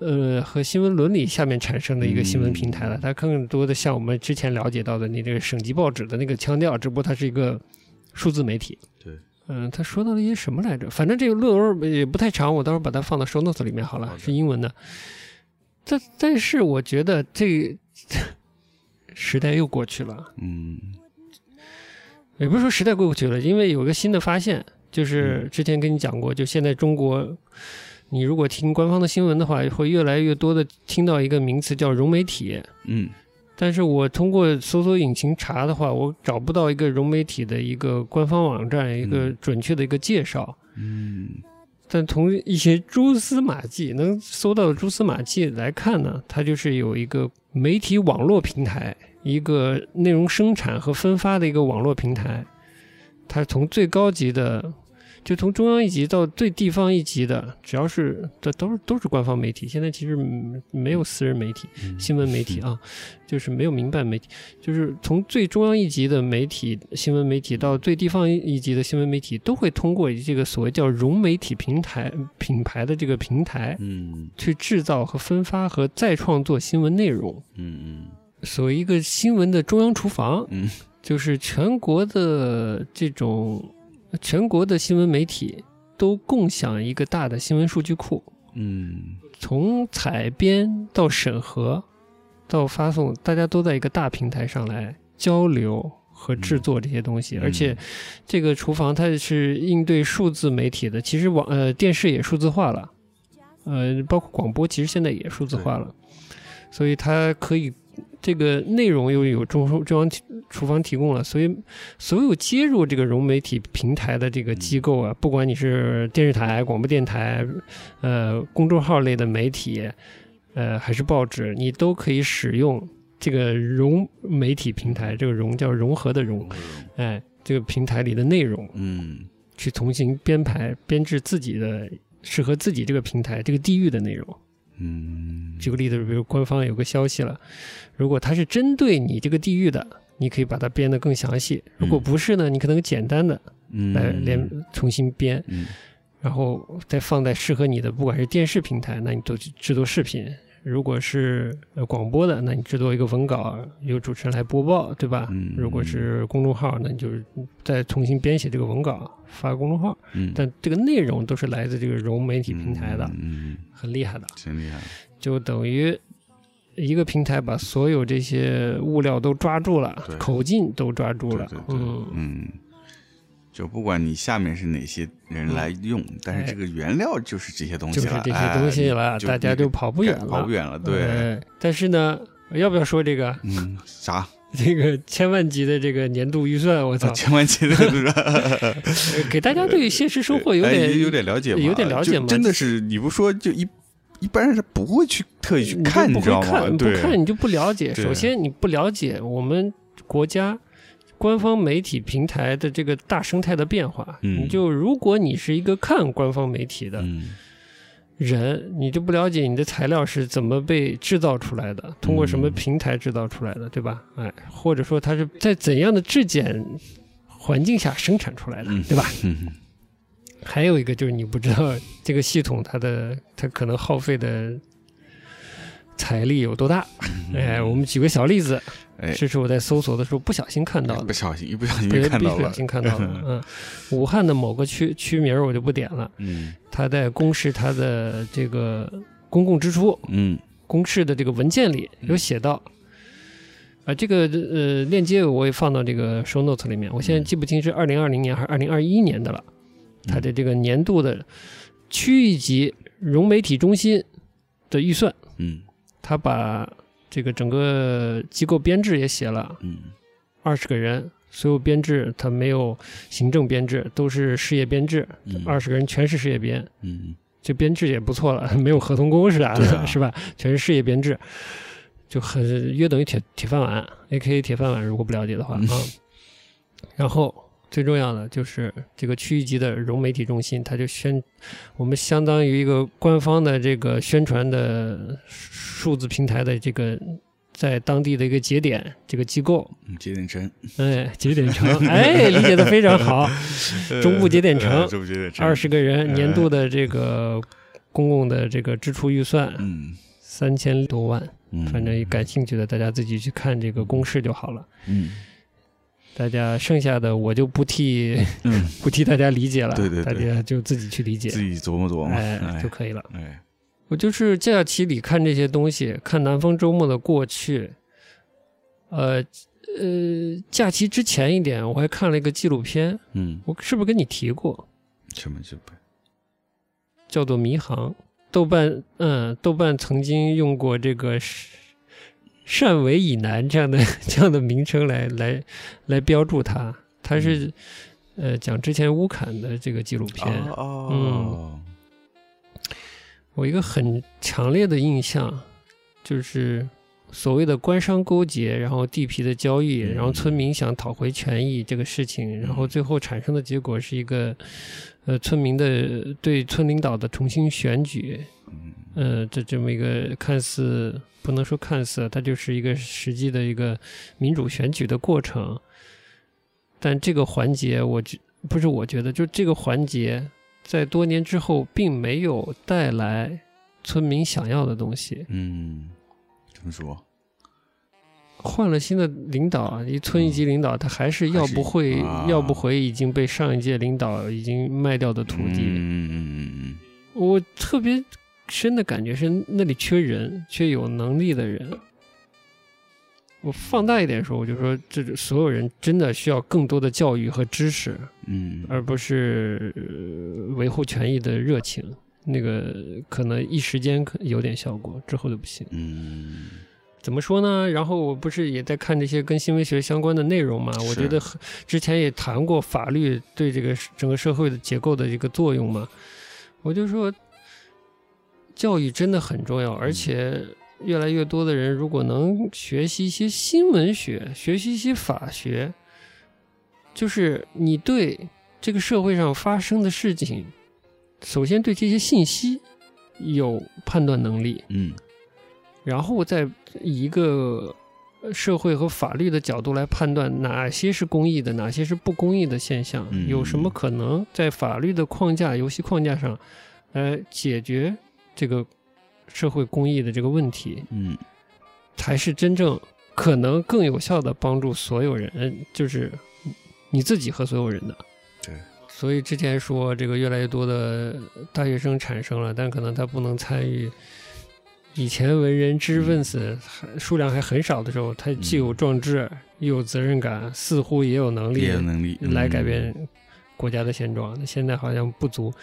呃和新闻伦理下面产生的一个新闻平台了。嗯它更多的像我们之前了解到的那这个省级报纸的那个腔调，只不过它是一个数字媒体。对，嗯、他说到了一些什么来着？反正这个论文儿也不太长，我到时候把它放到 show notes 里面好了，好的是英文的。但但是我觉得这 [laughs] 时代又过去了。嗯也不是说时代过去了，因为有个新的发现，就是之前跟你讲过，就现在中国，你如果听官方的新闻的话，会越来越多的听到一个名词叫融媒体。嗯但是我通过搜索引擎查的话，我找不到一个融媒体的一个官方网站，一个准确的一个介绍。嗯但从一些蛛丝马迹能搜到的蛛丝马迹来看呢，它就是有一个媒体网络平台，一个内容生产和分发的一个网络平台。它从最高级的，就从中央一级到最地方一级的，只要是这都是都是官方媒体。现在其实嗯没有私人媒体，新闻媒体啊，就是没有民办媒体，就是从最中央一级的媒体新闻媒体到最地方一级的新闻媒体，都会通过这个所谓叫融媒体平台品牌的这个平台，嗯去制造和分发和再创作新闻内容。嗯嗯所谓一个新闻的中央厨房，嗯，就是全国的这种全国的新闻媒体都共享一个大的新闻数据库，嗯从采编到审核，到发送，大家都在一个大平台上来交流和制作这些东西。嗯而且，这个厨房它是应对数字媒体的，其实网呃电视也数字化了，呃，包括广播其实现在也数字化了，所以它可以。这个内容又有中中央提厨房提供了，所以所有接入这个融媒体平台的这个机构啊，不管你是电视台、广播电台、呃公众号类的媒体，呃还是报纸，你都可以使用这个融媒体平台，这个融叫融合的融，哎，这个平台里的内容嗯去重新编排编制自己的适合自己这个平台这个地域的内容。嗯，举个例子，比如官方有个消息了，如果它是针对你这个地域的。你可以把它编得更详细，如果不是呢，你可能简单的嗯来连重新编，嗯然后再放在适合你的，不管是电视平台，那你就制作视频；如果是呃广播的，那你制作一个文稿，由主持人来播报，对吧？嗯如果是公众号，那你就是再重新编写这个文稿发公众号，嗯，但这个内容都是来自这个融媒体平台的，嗯，很厉害的，真厉害，就等于。一个平台把所有这些物料都抓住了对，口径都抓住了，对对对嗯，嗯。就不管你下面是哪些人来用，但是这个原料就是这些东西嗯就是了，这些东西了，哎大家就跑不远了，跑不远了，对，哎。但是呢，要不要说这个嗯， [laughs] 啥？这个千万级的这个年度预算？我操，啊千万记得 [laughs] 呃给大家对现实收获有哎点有点了解嘛，有点了解就嘛真的是你不说，就一一般人是不会去特意去你就看，不知会道吗？看，不对，看你就不了解。对首先，你不了解我们国家官方媒体平台的这个大生态的变化，嗯你就如果你是一个看官方媒体的嗯人，你就不了解你的材料是怎么被制造出来的，通过什么平台制造出来的，对吧？哎，或者说它是在怎样的质检环境下生产出来的嗯，对吧？嗯还有一个就是你不知道这个系统它的它可能耗费的财力有多大。哎，我们举个小例子，嗯哎，这是我在搜索的时候不小心看到不的，小心一不小心别就人看不到小了，心看到的。嗯，武汉的某个区区名儿我就不点了，嗯它在公示它的这个公共支出嗯公示的这个文件里有写到。啊，这个呃链接我也放到这个 show notes 里面。我现在记不清是二零二零年还是二零二一年的了。它的这个年度的区域级融媒体中心的预算，嗯它把这个整个机构编制也写了嗯二十个人，所有编制它没有行政编制，都是事业编制，嗯，二十个人全是事业编。嗯这编制也不错了，没有合同工是吧？对啊 [laughs] 是吧？全是事业编制，就很约等于铁铁饭碗，A K A 铁饭碗。如果不了解的话啊、嗯然后最重要的就是这个区域级的融媒体中心，它就宣我们相当于一个官方的这个宣传的数字平台的这个在当地的一个节点这个机构，嗯，节点城，哎，节点城，哎，理解的非 [laughs] 常好。中部节点城呃中部节点城二，十个人年度的这个公共的这个支出预算嗯三千多万，嗯，反正也感兴趣的大家自己去看这个公示就好了。嗯大家剩下的我就不替嗯， [laughs] 不替大家理解了，对对对大家就自己去理解，自己琢磨琢磨，哎哎就可以了。哎，我就是假期里看这些东西，看南方周末的过去，呃呃，假期之前一点我还看了一个纪录片，嗯，我是不是跟你提过？什么就不，叫做《迷航》。豆瓣，嗯，豆瓣曾经用过这个是汕尾以南这样的 [laughs] 这样的名称来来来标注它。它是、呃讲之前乌坎的这个纪录片，哦，我一个很强烈的印象，就是所谓的官商勾结，然后地皮的交易，嗯然后村民想讨回权益这个事情，然后最后产生的结果是一个，呃，村民的对村领导的重新选举，呃，这这么一个看似不能说看似，啊它就是一个实际的一个民主选举的过程，但这个环节我觉不是我觉得，就这个环节在多年之后并没有带来村民想要的东西。嗯，怎么说？换了新的领导，一村一级领导，他还是要不会还是啊要不回已经被上一届领导已经卖掉的土地。嗯嗯嗯我特别深的感觉是那里缺人，缺有能力的人。我放大一点说，我就说，这种所有人真的需要更多的教育和知识。嗯嗯，而不是、呃维护权益的热情。那个可能一时间可有点效果，之后就不行。嗯怎么说呢？然后我不是也在看这些跟行为学相关的内容嘛？我是觉得很之前也谈过法律对这个整个社会的结构的一个作用嘛。我就说，教育真的很重要，而且越来越多的人如果能学习一些新闻学，学习一些法学，就是你对这个社会上发生的事情，首先对这些信息有判断能力，嗯然后再以一个呃社会和法律的角度来判断哪些是公益的，哪些是不公益的现象，嗯有什么可能在法律的框架、游戏框架上来解决这个社会公益的这个问题，嗯才是真正可能更有效的帮助所有人，呃就是你自己和所有人的。对。所以之前说这个越来越多的大学生产生了，但可能他不能参与。以前文人嗯知识分子还数量还很少的时候，他既有壮志，又有责任感，似乎也有能也力有能力来改变国家的现状。那现在好像不足，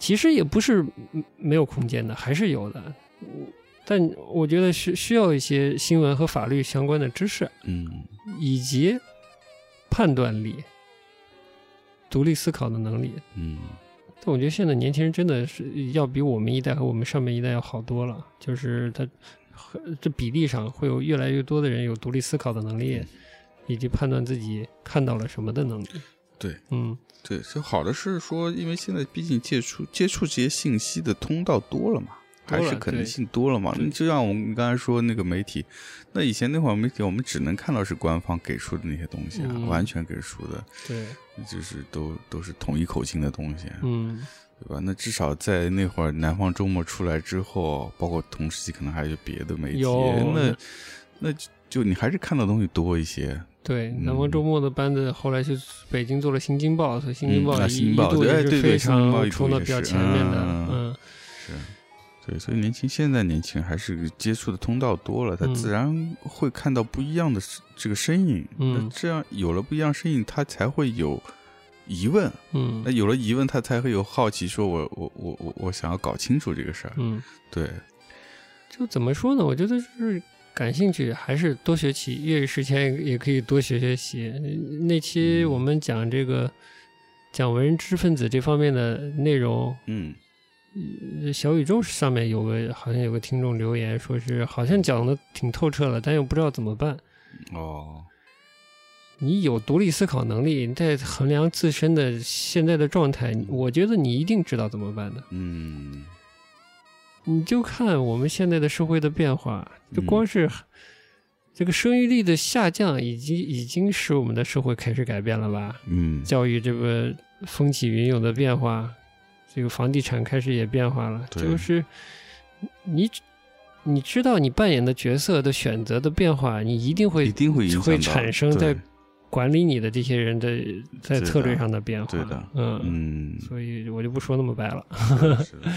其实也不是嗯没有空间的，还是有的。但我觉得需需要一些新闻和法律相关的知识，嗯以及判断力、独立思考的能力。嗯但我觉得现在年轻人真的是要比我们一代和我们上面一代要好多了，就是他和这比例上会有越来越多的人有独立思考的能力，以及判断自己看到了什么的能力。对，嗯，对，就好的是说，因为现在毕竟接触接触这些信息的通道多了嘛，多还是了可能对性多了嘛。对你就像我们刚才说那个媒体，那以前那会儿媒体，我们只能看到是官方给出的那些东西啊，嗯完全给出的，对，就是都都是统一口径的东西啊，嗯，对吧？那至少在那会儿《南方周末》出来之后，包括同时期可能还有别的媒体，有那那就就你还是看到东西多一些，对。嗯南方周末的班子后来去北京做了《新京报》，所以《新嗯京报啊》一新一京报度对对也是对非新京报一度常冲到也比较是前面的。嗯嗯，是，对，所以年轻现在年轻人还是接触的通道多了，他嗯自然会看到不一样的是这个身影。嗯那这样有了不一样身影，他才会有疑问。嗯那有了疑问，他才会有好奇，说我我我我我想要搞清楚这个事儿。嗯，对，就怎么说呢？我觉得就是感兴趣，还是多学习业余时间也可以多学学习。嗯那期嗯我们讲这个讲文人知识分子这方面的内容，嗯呃小宇宙上面有个好像有个听众留言说是好像讲的挺透彻了，但又不知道怎么办。哦，你有独立思考能力，你在衡量自身的现在的状态，我觉得你一定知道怎么办的。嗯你就看我们现在的社会的变化，就嗯光是这个生育率的下降，已经已经使我们的社会开始改变了吧？嗯教育这个风起云涌的变化，这个房地产开始也变化了，对就是你你知道你扮演的角色的选择的变化，你一定一会定会影响到会产生在对管理你的这些人的在对的策略上的变化。对的嗯，嗯，所以我就不说那么白了。是的嗯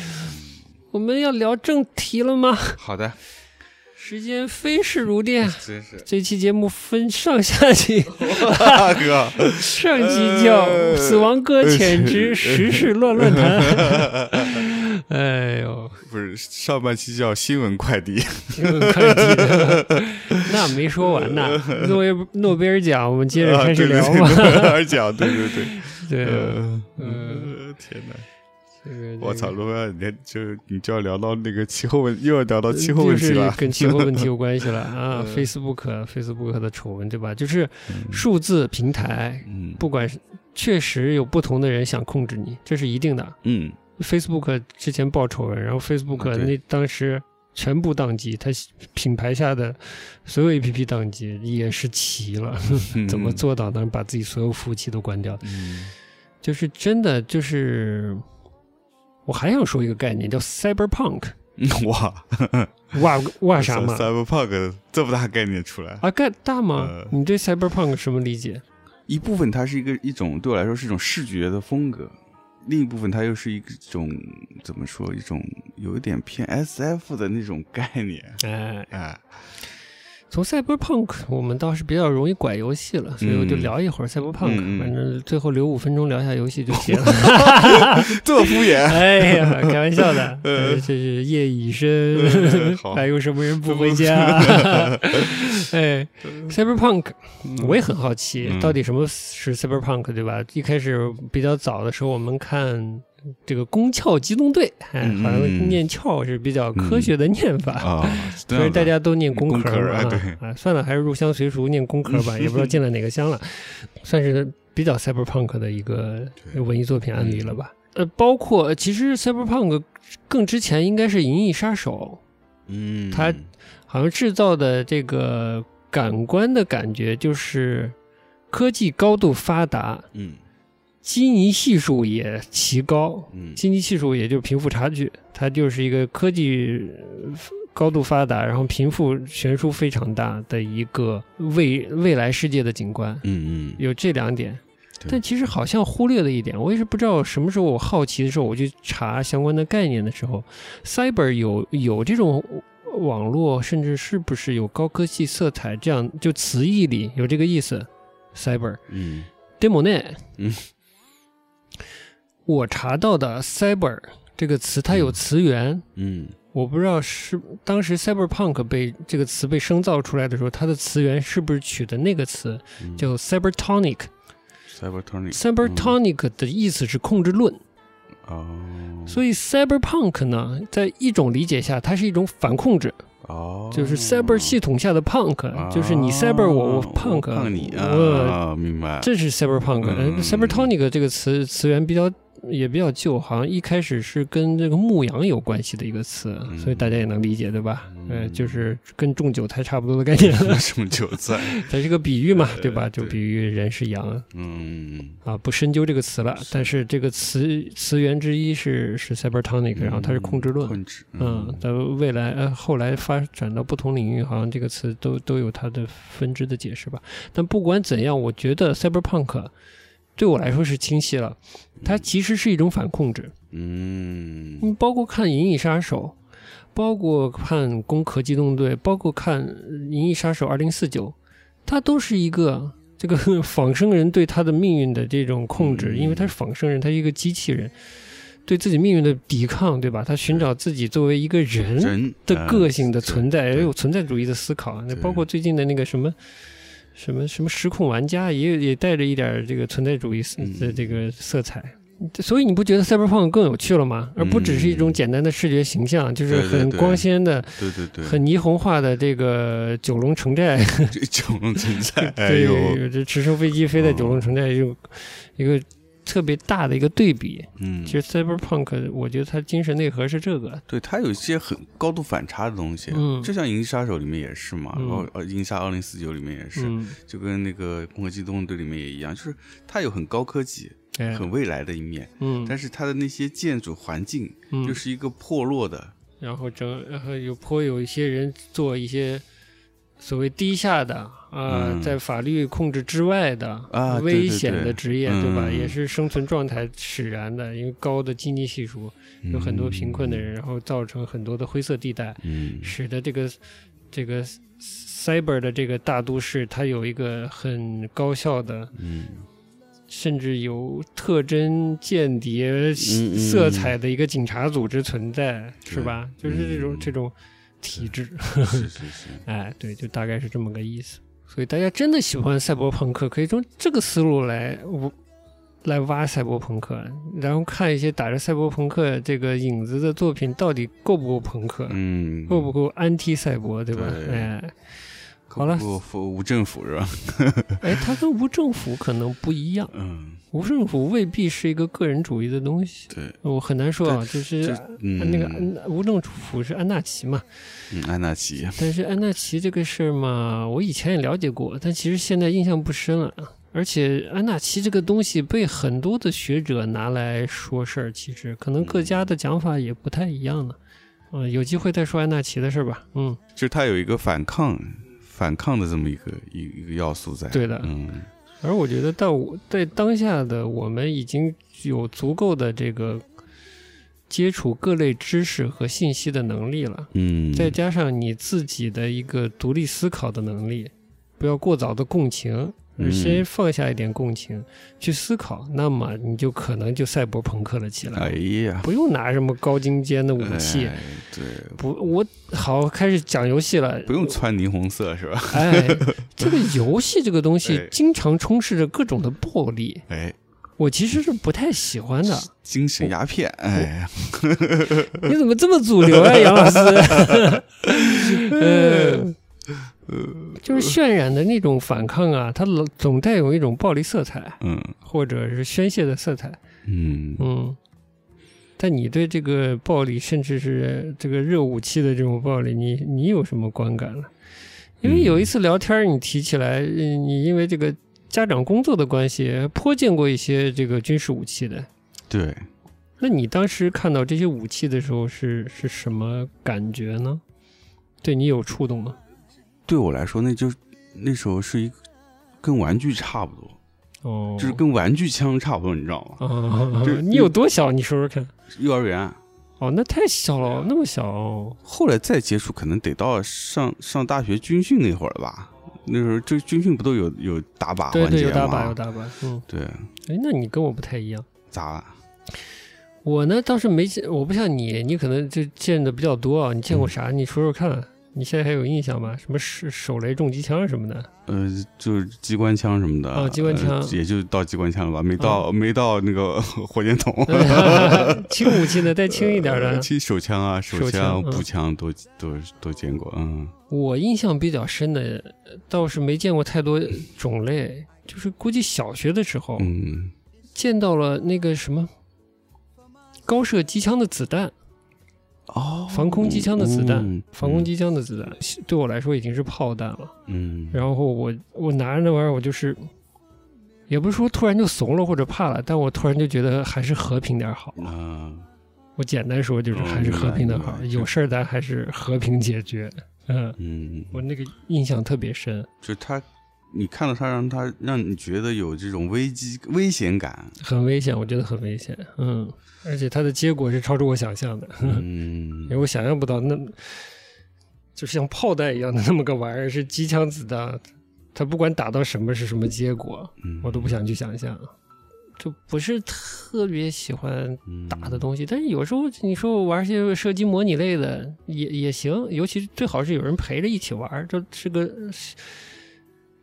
我们要聊正题了吗？好的，时间飞逝如电。真 [laughs] 是这期节目分上 [laughs] 下集，大哥，上集叫呃《死亡搁浅之时事乱乱谈》。 [laughs] 哎呦，不是上半期叫新闻快递。挺有看机的，那没说 [laughs] 完呢。诺贝尔诺贝尔奖，我们接着啊开始聊吧。吧。讲，对对对， [laughs] 对，呃嗯呃，天哪，这个我操，这个罗伯，你就你就要聊到那个气候问，又要聊 [laughs] 到气候就问题是了。嗯跟气候问题有关 [laughs] 系了啊！Facebook Facebook 的丑闻对吧？就是数字平台，嗯不管是确实有不同的人想控制你，这是一定的。嗯 Facebook 之前爆丑闻，然后 Facebook 啊对那当时全部宕机，它品牌下的所有 APP 宕机也是齐了。嗯， [laughs] 怎么做到能把自己所有服务器都关掉？嗯？就是真的就是，我还想说一个概念叫 cyberpunk，嗯，哇， [laughs] 哇哇啥嘛？ ？Cyberpunk 这么大概念出来，啊，概大吗？呃你对 cyberpunk 什么理解？一部分它是一个一种对我来说是一种视觉的风格，另一部分它又是一种怎么说一种有一点偏 SF 的那种概念。哎，哎，从 cyberpunk 我们倒是比较容易拐游戏了，所以我就聊一会儿 cyberpunk，、嗯嗯嗯反正最后留五分钟聊一下游戏就行了。 [laughs] [laughs] 这么敷 [laughs] 衍，哎呀，开玩笑 [laughs] 的，呃这是夜已深嗯好，还有什么人不 [laughs] 回家？哎，cyberpunk，我也很好奇，嗯到底什么是 cyberpunk，对吧？一开始比较早的时候，我们看。这个宫壳机动队，哎，嗯好像念壳是比较科学的念法，啊，所以大家都念工工壳壳嘛哎啊对啊，算了，还是入乡随俗念工壳吧，也不知道进了哪个乡了，算是比较 cyberpunk 的一个对嗯文艺作品案例了吧？呃，包括其实 cyberpunk 更之前应该是《银翼杀手嗯，他好像制造的这个感官的感觉就是科技高度发达，嗯基尼系数也奇高，嗯基尼系数也就是贫富差距，它就是一个科技呃高度发达，然后贫富悬殊非常大的一个未未来世界的景观，嗯嗯，有这两点。对但其实好像忽略了一点，我也是不知道什么时候我好奇的时候，我去查相关的概念的时候，cyber 有有这种网络，甚至是不是有高科技色彩，这样就词义里有这个意思，cyber。嗯 demo 内，嗯，我查到的 cyber 这个词，它有词源，嗯我不知道是当时 cyberpunk 被这个词被生造出来的时候，它的词源是不是取的那个词嗯叫 cybertonic。 Cybertonic cybertonic 的意思是控制论，哦，所以 cyberpunk 呢，在一种理解下，它是一种反控制，哦，就是 cyber 系统下的 punk，就是你 cyber 我，我 punk，胖你我啊，明白，这是 cyberpunk、呃嗯 cybertonic 这个词词源比较也比较旧，好像一开始是跟这个牧羊有关系的一个词，嗯所以大家也能理解，对吧？呃，嗯就是跟种韭菜差不多的概念， [laughs] 什么韭菜？它是个比喻嘛，呃对吧？就对比喻人是羊嗯啊，不深究这个词了。但是这个词词源之一是是 cybertonic，然后嗯它是控制论。控制，嗯，但未来呃，后来发展到不同领域，好像这个词都都有它的分支的解释吧。但不管怎样，我觉得 cyberpunk 对我来说是清晰了，它其实是一种反控制。嗯你包括看《银翼杀手》，包括看《攻壳机动队》，包括看呃《银翼杀手二零四九》，它都是一个 [laughs] 这个仿生人对他的命运的这种控制，嗯因为他是仿生人，他是一个机器人，对自己命运的抵抗，对吧？他寻找自己作为一个人人嗯呃的个性的存在，嗯也对有存在主义的思考。啊那对包括最近的那个什么。什么什么失控玩家也也带着一点这个存在主义色嗯的这个色彩，所以你不觉得 cyberpunk 更有趣了吗？而不只是一种简单的视觉形象，就是嗯对很对光鲜的、对对对，很霓虹化的这个九龙城 [laughs] 寨，这种存在，哎 [laughs] 对，呦，这直升飞机飞在九龙城寨，有一个特别大的一个对比。嗯，其实 cyberpunk，我觉得它精神内核是这个，对它有一些很高度反差的东西，啊嗯就像《银翼杀手》里面也是嘛，嗯然后呃《银翼杀二零四九》里面也是，嗯，就跟那个《攻壳机动队》里面也一样，就是它有很高科技、哎，很未来的一面，嗯，但是它的那些建筑环境嗯就是一个破落的，然后整然后有颇有一些人做一些所谓低下的啊、嗯在法律控制之外的啊对危对险对的职业，对吧？嗯也是生存状态使然的，因为高的基尼系数，嗯有很多贫困的人，然后造成很多的灰色地带，嗯，使得这个这个 cyber 的这个大都市，它有一个很高效的。嗯甚至有特征、间谍嗯色彩的一个警察组织存在，是吧？对就是这种、嗯这种体制，嗯，是是 [laughs] 是，哎，对，就大概是这么个意思。所以大家真的喜欢赛博朋克，可以从这个思路来我来挖赛博朋克，然后看一些打着赛博朋克这个影子的作品到底够不够朋克，嗯，够不够安 T 赛博，对吧？对哎，够好了不够服无政府是吧？哎，它跟无政府可能不一样，嗯，无政府未必是一个个人主义的东西，对，我很难说啊，就是这嗯，那个安无政府是安纳奇嘛，嗯安纳奇，但是安纳奇这个事儿嘛，我以前也了解过，但其实现在印象不深了。而且安纳奇这个东西被很多的学者拿来说事儿，其实可能各家的讲法也不太一样呢。嗯，有机会再说安纳奇的事儿吧。嗯，就是他有一个反抗反抗的这么一个一一个要素在。对的嗯，而我觉得到我在当下的我们已经有足够的这个接触各类知识和信息的能力了。嗯，再加上你自己的一个独立思考的能力，不要过早的共情，嗯而先放下一点共情、去思考，那么你就可能就赛博朋克了起来，哎呀，不用拿什么高精尖的武器。哎对，不，我好开始讲游戏了。不用穿霓虹色是 [laughs] 吧？哎，这个游戏这个东西 [laughs] 哎经常充斥着各种的暴力，哎，我其实是不太喜欢的。精神鸦片，哎，你怎么这么主流啊，杨老师？嗯，就是渲染的那种反抗啊，它老总带有一种暴力色彩，嗯或者是宣泄的色彩。嗯，嗯，但你对这个暴力，甚至是这个热武器的这种暴力，你你有什么观感呢？因为有一次聊天儿，你提起来，嗯你因为这个家长工作的关系，呃颇见过一些这个军事武器的。嗯对，那你当时看到这些武器的时候是是什么感觉呢？对你有触动吗？对我来说，那就是那时候是一个跟玩具差不多，哦，就是跟玩具枪差不多，你知道吗？[laughs] 啊就是，你有多小？你说说看。幼儿园。哦，那太小了，那么小哦，后来再接触，可能得到上上大学军训那会儿了吧。那时候就军训不都有有打靶对环对，节有吗？打靶，有打靶。嗯，对，哎，那你跟我不太一样。咋？我呢倒是没见，我不像你，你可能就见的比较多啊。你见嗯过啥？你说说看。你现在还有印象吗？什么手手雷重机枪什 [laughs] 么的？呃，就是机关枪什么的，哦机关枪哦呃也就到机关枪了吧，没到、没到那个 [laughs] 火箭筒，轻武器的，再呃轻一点的呃。其实手枪啊、手手枪嗯步枪都都都见过，嗯我印象比较深的，倒是没见过太多种类，就是估计小学的时候、嗯，见到了那个什么高射机枪的子弹，哦，防空机枪的子弹，嗯防空，机枪的子弹对我来说已经是炮弹了。嗯，然后我我拿着那玩意儿，我就是也不是说突然就怂了或者怕了，但我突然就觉得还是和平点儿好。嗯、我简单说就是嗯还是和平点儿明好，白有事儿咱还是和平解决。嗯，嗯，我那个印象特别深，就他，你看到他，让他让你觉得有这种危机危险 [laughs] 感，很危险，我觉得很危险。嗯，而且它的结果是超出我想象的，嗯因为，我想象不到那，就像炮弹一样的那么个玩意儿，是机枪子弹，它不管打到什么是什么结果，嗯我都不想去想象。就不是特别喜欢嗯打的东西，但是有时候你说我玩些射击模拟类的也也行，尤其是最好是有人陪着一起玩儿，这是个是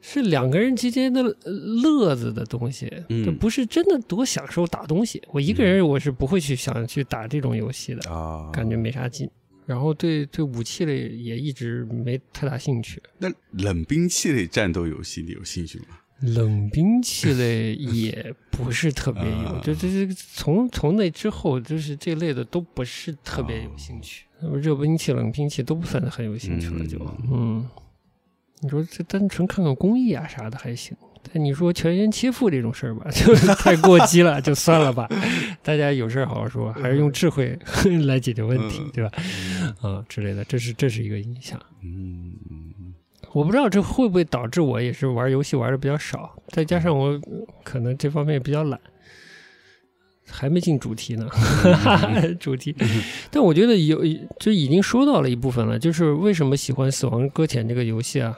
是两个人之间的呃乐子的东西，嗯这不是真的多享受打东西。我一个人我是不会去想去打这种游戏的，啊，感觉没啥劲。然后对对武器类也一直没太大兴趣，那冷兵器类战斗游戏你有兴趣吗？冷兵器类也不是特别有，啊就这这从从那之后，就是这类的都不是特别有兴趣。那么热兵器、冷兵器都不算很有兴趣了，就嗯。你说这单纯看看工艺啊啥的还行，但你说全员切腹这种事儿吧， [laughs] 就是太过激了，就算了吧。大家有事儿好好说，还是用智慧 [laughs] 来解决问题，对吧？啊之类的，这是这是一个影响。嗯嗯我不知道这会不会导致我也是玩游戏玩的比较少，再加上我嗯呃可能这方面比较懒，还没进主题呢，嗯 [laughs] 主题。但我觉得有就已经说到了一部分了，就是为什么喜欢《死亡搁浅》这个游戏啊，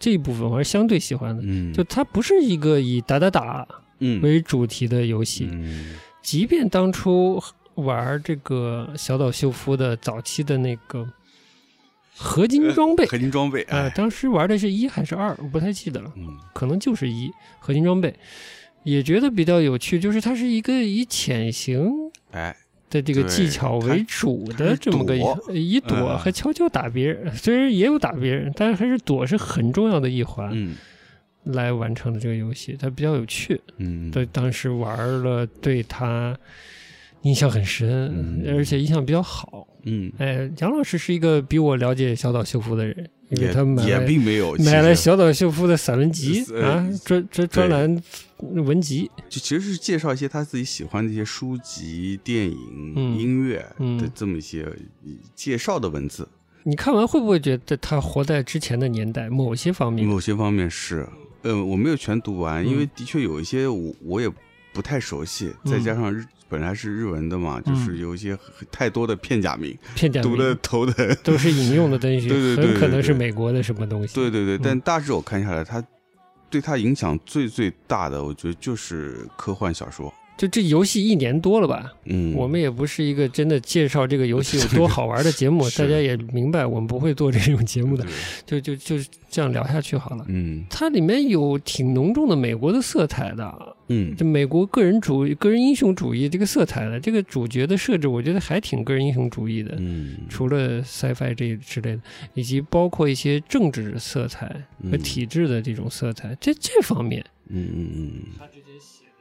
这一部分我还是相对喜欢的。嗯，就它不是一个以打打打嗯为主题的游戏，嗯即便当初玩这个小岛秀夫的早期的那个合金装备，合金装备，啊、哎，当时玩的是一还是二，我不太记得了，嗯可能就是一合金装备。也觉得比较有趣，就是它是一个以潜行哎，的这个对技巧为主的这么个一它是呃以躲嗯和悄悄打别人，虽然也有打别人，但是还是躲是很重要的一环嗯来完成的这个游戏，它比较有趣。嗯，对，当时玩了，对它印象很深嗯，而且印象比较好。嗯，哎，杨老师是一个比我了解小岛秀夫的人，因为也他买也了并没有买了其实小岛秀夫的散文集呃啊，专专对专栏文集，就其实是介绍一些他自己喜欢的一些书籍、电影、嗯音乐嗯的这么一些介绍的文字，你看完会不会觉得他活在之前的年代某些方面？某些方面是，呃，我没有全读完，因为的确有一些我我也不太熟悉，再嗯加上日本来是日文的嘛，就是有一些很太多的片假名，片假读的名头疼。都是引用的东 [laughs] 西，对对对很可对能对是美国的什么东西。对对对，嗯但大致我看下来，他对他影响最最大的，我觉得就是科幻小说。就这游戏一年多了吧，嗯，我们也不是一个真的介绍这个游戏有多好玩的节目， [laughs] 是嗯大家也明白我们不会做这种节目的，对就就就这样聊下去好了。嗯它里面有挺浓重的美国的色彩的，嗯这美国个人主义、个人英雄主义这个色彩的，这个主角的设置，我觉得还挺个人英雄主义的。嗯，除了 sci-fi 这一之类的，以及包括一些政治色彩和嗯体制的这种色彩，这这方面，嗯嗯嗯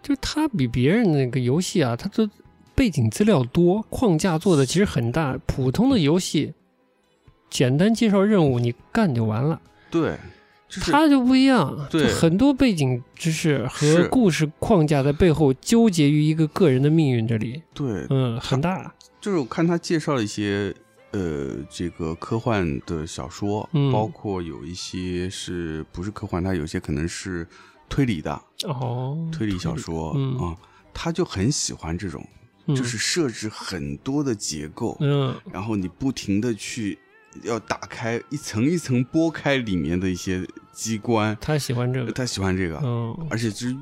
就是它比别人那个游戏啊，它的背景资料多，框架做的其实很大。普通的游戏，简单介绍任务，你干就完了。对，就是它就不一样，啊对就很多背景知识和是故事框架在背后纠结于一个个人的命运这里，对，嗯，很大。就是我看他介绍了一些呃，这个科幻的小说，嗯包括有一些是不是科幻，它有些可能是推理的哦，推理小说啊、嗯他就很喜欢这种，嗯就是设置很多的结构，嗯然后你不停的去要打开一层一层剥开里面的一些机关，他喜欢这个，他喜欢这个，嗯而且就是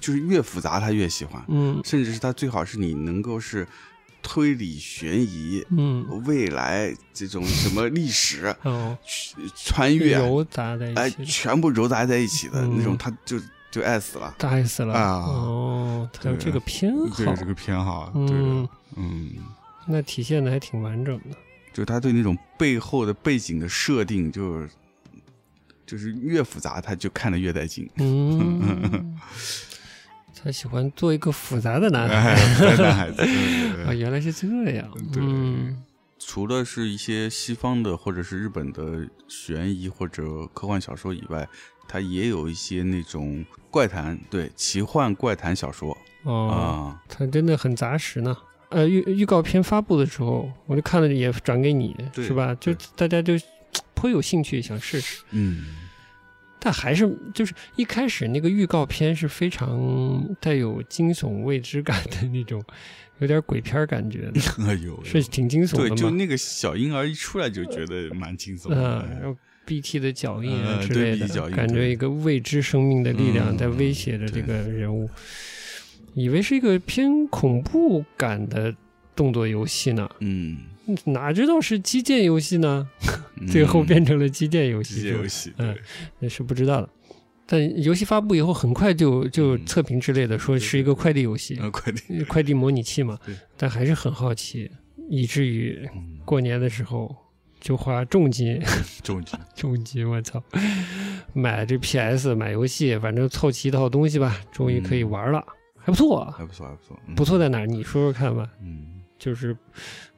就是越复杂他越喜欢，嗯甚至是他最好是你能够是推理悬疑、嗯，未来这种什么历 [laughs] 史哦，穿越，油杂在哎一，起，全部揉杂在一起的、嗯那种，他就就爱死了。大 S 了啊哦，他有对这个偏对好，这个偏好，对嗯的，，嗯，那体现的还挺完整 [laughs] 的。就是他对那种背后的背景的设定就，就是越复杂，他就看得越带 [laughs] 劲。 [laughs] 嗯，他喜欢做一个复杂的男孩哎，男 [laughs] 孩子，嗯对对啊，对原来是这样。哎对嗯除了是一些西方的或者是日本的悬疑或者科幻小说以外，它也有一些那种怪谈，对奇幻怪谈小说哦，啊，他真的很扎实呢。呃，预预告片发布的时候，我就看了，也转给你，对是吧？就对大家就颇有兴趣，想试试。嗯，但还是就是一开始那个预告片是非常带有惊悚未知感的那种， [laughs] 有点鬼片儿感觉的， [laughs] 哎呦，是挺惊悚对，就的嘛。那个小婴儿一出来就觉得蛮轻松的，哎嗯，然后 BT 的脚印啊呃之对类的 BT 脚，印感觉对一个未知生命的力量嗯在威胁着对这个人物，以为是一个偏恐怖感的动作游戏呢，嗯，哪知道是击剑游戏呢？嗯最后变成了击剑游机戏械是吧，游戏，嗯对，那是不知道的。但游戏发布以后，很快就就嗯测评之类的说是一个快递游戏，呃，快点，呃快递模拟器嘛 [laughs] 对。但还是很好奇，以至于嗯过年的时候就花重金， [laughs] 终极，重金，我操，买这 PS 买游戏，反正凑齐一套东西吧，终于可以玩了，还不错啊。还不错，还不错，嗯不，错在哪儿？你说说看吧，嗯，就是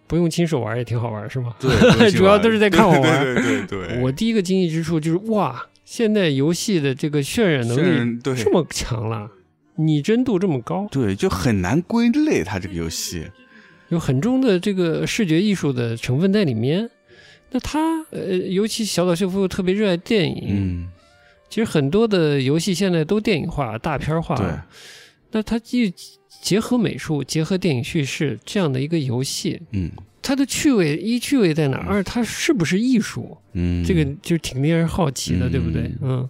不用亲手玩也挺好玩，是吗？ [laughs] 对恭喜 [laughs] 主要玩都是在看我玩对对对对，我第一个惊异之处就是哇，现在游戏的这个渲染能虽力然对这么强了，拟真度这么高，对，就很难归类它这个游戏。有很重的这个视觉艺术的成分在里面。那他呃，尤其小岛秀夫又特别热爱电影，嗯，其实很多的游戏现在都电影化、大片化。对，那他既结合美术、结合电影叙事这样的一个游戏，嗯它的趣味一趣味在哪儿？嗯二它是不是艺术？嗯，这个就挺令人好奇的，嗯对不对？嗯，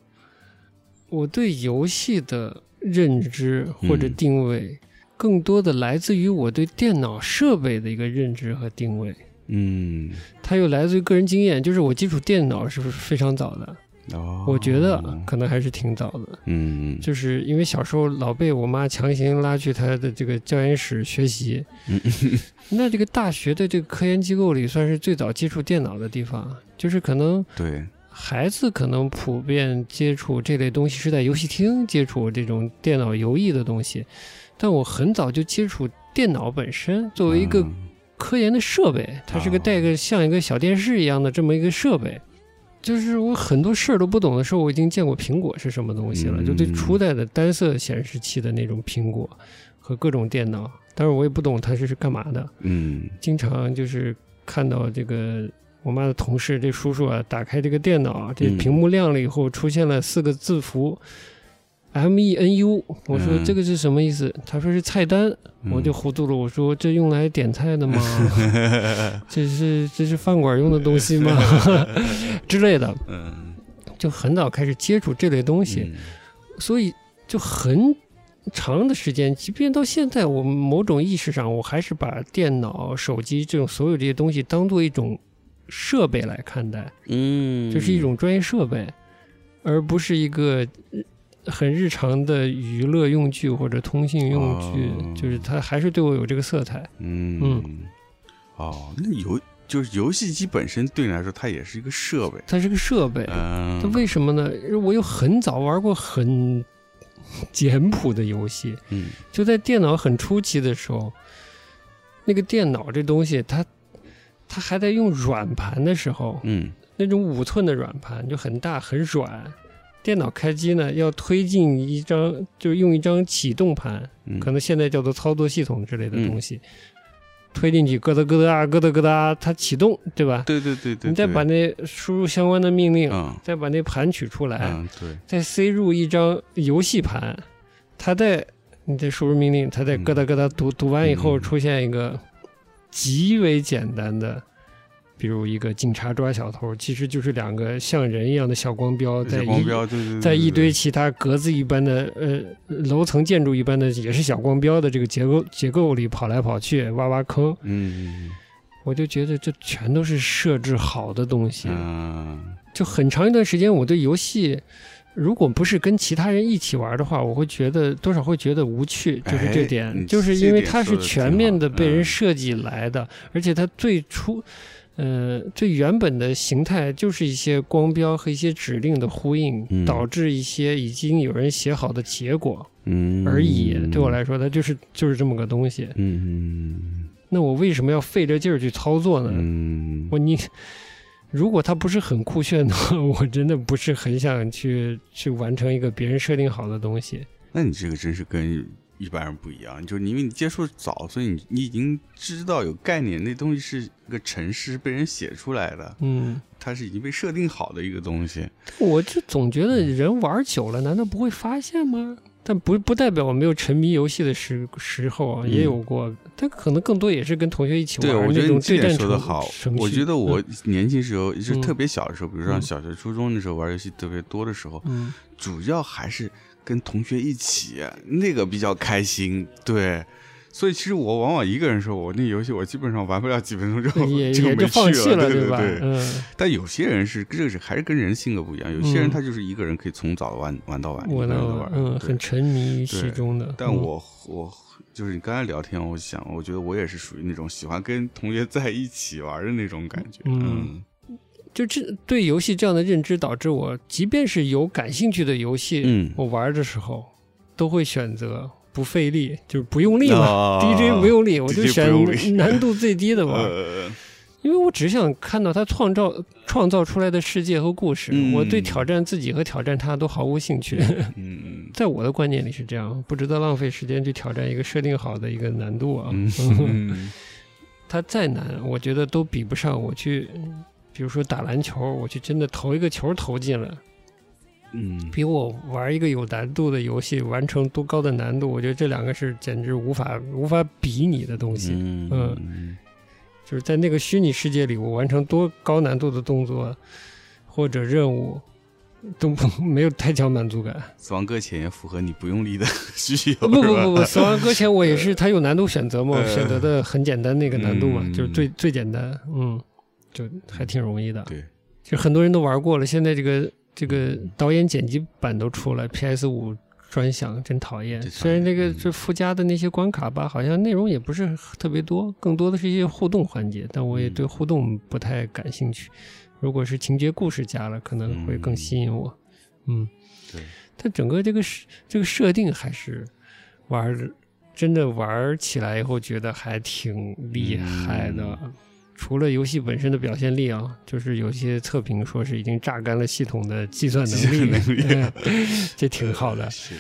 我对游戏的认知或者嗯定位，更多的来自于我对电脑设备的一个认知和定位，嗯它又来自于个人经验，就是我接触电脑是不是非常早的，哦，我觉得可能还是挺早的，嗯，就是因为小时候老被我妈强行拉去她的这个教研室学习，嗯 [laughs] 那这个大学的这个科研机构里算是最早接触电脑的地方，就是可能对，孩子可能普遍接触这类东西是在游戏厅接触这种电脑游艺的东西，但我很早就接触电脑本身作为一个嗯科研的设备，它是个哦带个像一个小电视一样的这么一个设备。就是我很多事儿都不懂的时候，我已经见过苹果是什么东西了，嗯就最初代的单色显示器的那种苹果和各种电脑，但是我也不懂它是是干嘛的。嗯经常就是看到这个我妈的同事这叔叔啊，打开这个电脑啊，这嗯屏幕亮了以后，出现了四个字符。M E N U，我说嗯这个是什么意思？他说是菜单，我就糊涂了。我说这用来点 [laughs] 菜的吗？这是这是饭馆用的东西 [laughs] 吗？之类的，嗯，就很早开始接触这类东西。嗯所以就很长的时间，即便到现在，我某种意识上，我还是把电脑、手机这种所有这些东西当做一种设备来看待，嗯，就是一种专业设备，而不是一个呃很日常的娱乐用具或者通信用具哦。就是它还是对我有这个色彩。嗯嗯哦，那游就是游戏机本身对你来说，它也是一个设备，它是个设备，嗯，它为什么呢？因为我又很早玩过很简朴的游戏，嗯就在电脑很初期的时候，那个电脑这东西，它它还在用软盘的时候，嗯那种五寸的软盘就很大很软。电脑开机呢，要推进一张，就是用一张启动盘，嗯，可能现在叫做操作系统之类的东西，推进去，咯哒咯哒咯哒咯哒，它启动，对吧？对对对对，你再对把那输入相关的命令，嗯再把那盘取出来，嗯对，再塞入一张游戏盘，它在你再输入命令，它在嗯咯哒咯哒读、读完以后，嗯出现一个极为简单的，比如一个警察抓小偷，其实就是两个像人一样的小光标这在哦一光标对对对，在一对堆其他格子一般的呃楼层建筑一般的也是小光标的这个结构结构里跑来跑去挖挖坑，嗯我就觉得这全都是设置好的东西。嗯就很长一段时间，我对游戏，如果不是跟其他人一起玩的话，我会觉得多少会觉得无趣，就是这点，哎你就是因为它是全面的这点说得挺好被人设计来嗯的，而且它最初。呃，最原本的形态就是一些光标和一些指令的呼应，嗯导致一些已经有人写好的结果嗯而已。对我来说，它就是就是这么个东西。嗯那我为什么要费这劲儿去操作呢？嗯我你如果它不是很酷炫的话， [laughs] 我真的不是很想去去完成一个别人设定好的东西。那你这个真是跟一般人不一样，就是你因为你接触早，所以你你已经知道有概念，那东西是个陈诗被人写出来的，嗯，它是已经被设定好的一个东西。我就总觉得人玩久了，难道不会发现吗？但不不代表我没有沉迷游戏的时时候啊，嗯也有过，但可能更多也是跟同学一起玩对，我觉那得你种这对点战说的程好程。序我觉得我年轻时候，就是嗯特别小的时候，比如说嗯小学、初中的时候玩游戏特别多的时候， [laughs] 嗯主要还是跟同学一起，那个比较开心。对。所以其实我往往一个人的时候，我那游戏我基本上玩不了几分钟就嗯 [laughs] 也就也没就放去弃了，对吧？对嗯，但有些人是这个是还是跟人性格不一样，有些人嗯他就是一个人可以从早玩玩到晚，一我个人地呢玩，，嗯，对很沉迷其中的。但嗯我我就是你刚才聊天，我想，我觉得我也是属于那种喜欢跟同学在一起玩的那种感觉，嗯嗯就这对游戏这样的认知，导致我即便是有感兴趣的游戏，嗯 [laughs] 我玩的时候都会选择不费力，就是不用力嘛。啊 DJ 不用力，我 DJ 就不用选力难度最低的玩，呃，因为我只想看到他创造创造出来的世界和故事。嗯我对挑战自己和挑战他都毫无兴趣。嗯 [laughs] 在我的观念里是这样，不值得浪费时间去挑战一个设定好的一个难度啊。嗯嗯它再难，我觉得都比不上我去，比如说打篮球，我去真的投一个球投进了。嗯，比我玩一个有难度的游戏完成多高的难度，我觉得这两个是简直无法无法比拟的东西。嗯就是在那个虚拟世界里，我完成多高难度的动作或者任务，都不没有太强满足 [laughs] 感。死亡搁浅也符合你不用力的需不求，不是吧不不，死亡搁浅我也是，它有难度选择嘛，呃我选择的很简单那个难度嘛，嗯就是最最简单，嗯，就还挺容易的。对，就很多人都玩过了，现在这个这个嗯导演剪辑版都出了，PS 五专享真讨厌。真讨厌虽然这个嗯这附加的那些关卡吧，好像内容也不是特别多，更多的是一些互动环节，但我也嗯对互动不太感兴趣。如果是情节故事加了，可能会更吸引我。嗯，对，它整个这个设这个设定还是玩儿真的玩儿起来以后，觉得还挺厉害的。嗯除了游戏本身的表现力啊，就是有些测评说是已经榨干了系统的计算能力哎了，计算能 [laughs] 这挺好 [laughs] 的。是，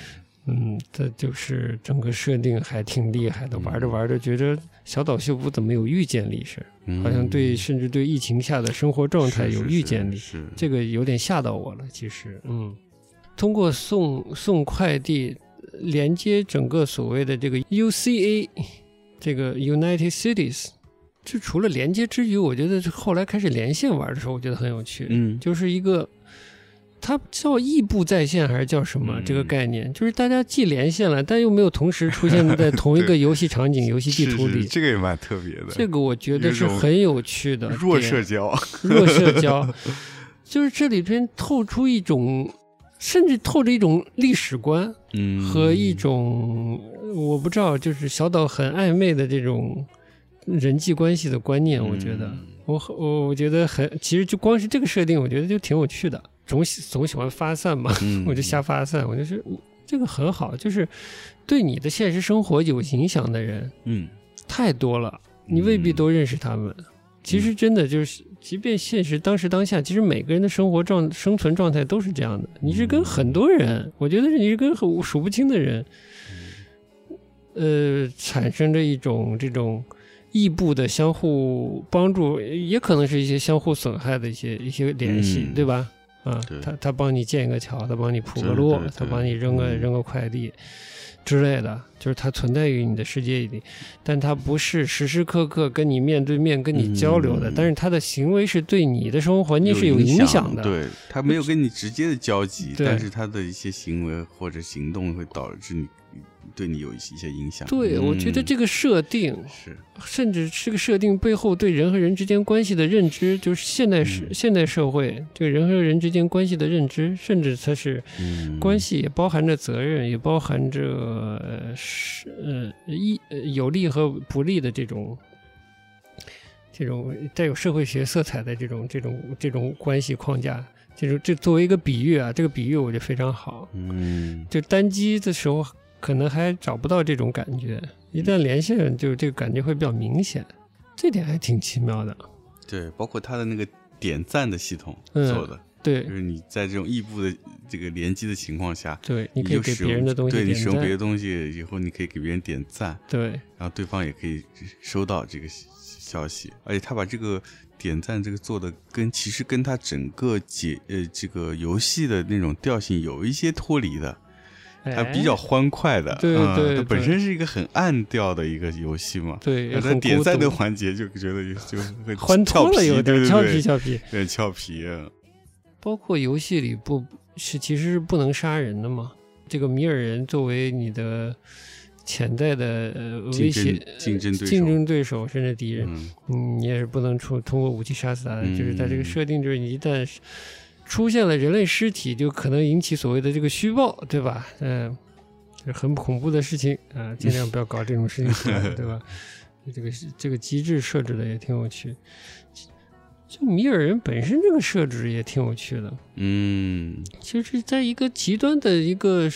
嗯，这就是整个设定还挺厉害的。玩着玩着，觉着小岛秀夫怎么有预见力似的，嗯好像对甚至对疫情下的生活状态有预见力。是是是这个有点吓到我了，其实，嗯，通过送送快递呃连接整个所谓的这个 UCA，这个 United Cities，就除了连接之余，我觉得后来开始连线玩的时候，我觉得很有趣，嗯，就是一个。它叫异步在线还是叫什么？嗯这个概念就是大家既连线了，但又没有同时出现在同一个对游戏场景、游戏地图是里。是这个也蛮特别的，这个我觉得有一是种很有趣的点。弱社交，弱社交， [laughs] 就是这里边透出一种，甚至透着一种历史观嗯和一种、我不知道，就是小岛很暧昧的这种人际关系的观念。我觉得，嗯我我我觉得很，其实就光是这个设定，我觉得就挺有趣的。总喜总喜欢发散嘛，嗯 [laughs] 我就瞎发散，我就是嗯这个很好，就是对你的现实生活有影响的人，嗯，太多了，你未必都认识他们。其实真的就是，即便现实当时当下，其实每个人的生活状生存状态都是这样的。你是跟很多嗯人，我觉得你是跟很数不清的人，嗯呃，产生着一种这种异步的相互帮助，也可能是一些相互损害的一些一些联系，嗯对吧？啊对，他他帮你建个桥，他帮你铺个对路对，他对帮你扔个嗯扔个快递之类的，就是它存在于你的世界里，但它不是时时刻刻跟你面对面跟你交流的，嗯但是他的行为是对你的生活环境是有影响的。对他嗯没有跟你直接的交集，对但是他的一些行为或者行动会导致你对你有一些影响。对我觉得嗯这个设定，是甚至这个设定背后对人和人之间关系的认知，就是现代社、嗯现代社会对人和人之间关系的认知，甚至它是嗯关系也包含着责任，也包含着呃是呃一呃有利和不利的这种这种带有社会学色彩的这种这种这种关系框架。这种这作为一个比喻啊，这个比喻我觉得非常好。嗯就单机的时候可能还找不到这种感觉，一旦连线就这个感觉会比较明显，这点还挺奇妙的。对，包括他的那个点赞的系统嗯做的，对就是你在这种异步的这个联机的情况下，对，你可以就给使别人用的东西对你点使用别的赞，东西以后，你可以给别人点赞，对然后对方也可以收到这个消息，而且他把这个点赞这个做的跟其实跟他整个解呃这个游戏的那种调性有一些脱离的，它比较哎欢快的，对嗯对它本对身是一个很暗调的一个游戏嘛，对，然后在很孤点赞独的环节就觉得就就会欢俏脱了皮，有点对对俏对皮俏皮。有点呃俏皮，啊包括游戏里不是其实是不能杀人的嘛？这个米尔人作为你的潜在的呃威竞胁争竞争对竞手，争对手甚至敌人，嗯嗯，你也是不能出通过武器杀死他的。就是在这个嗯设定，就是你一旦是出现了人类尸体，就可能引起所谓的这个虚报，对吧？嗯、这很恐怖的事情啊、尽量不要搞这种事情出来，对吧？这个是这个机制设置的也挺有趣，就米尔人本身这个设置也挺有趣的。嗯，就是在一个极端的一个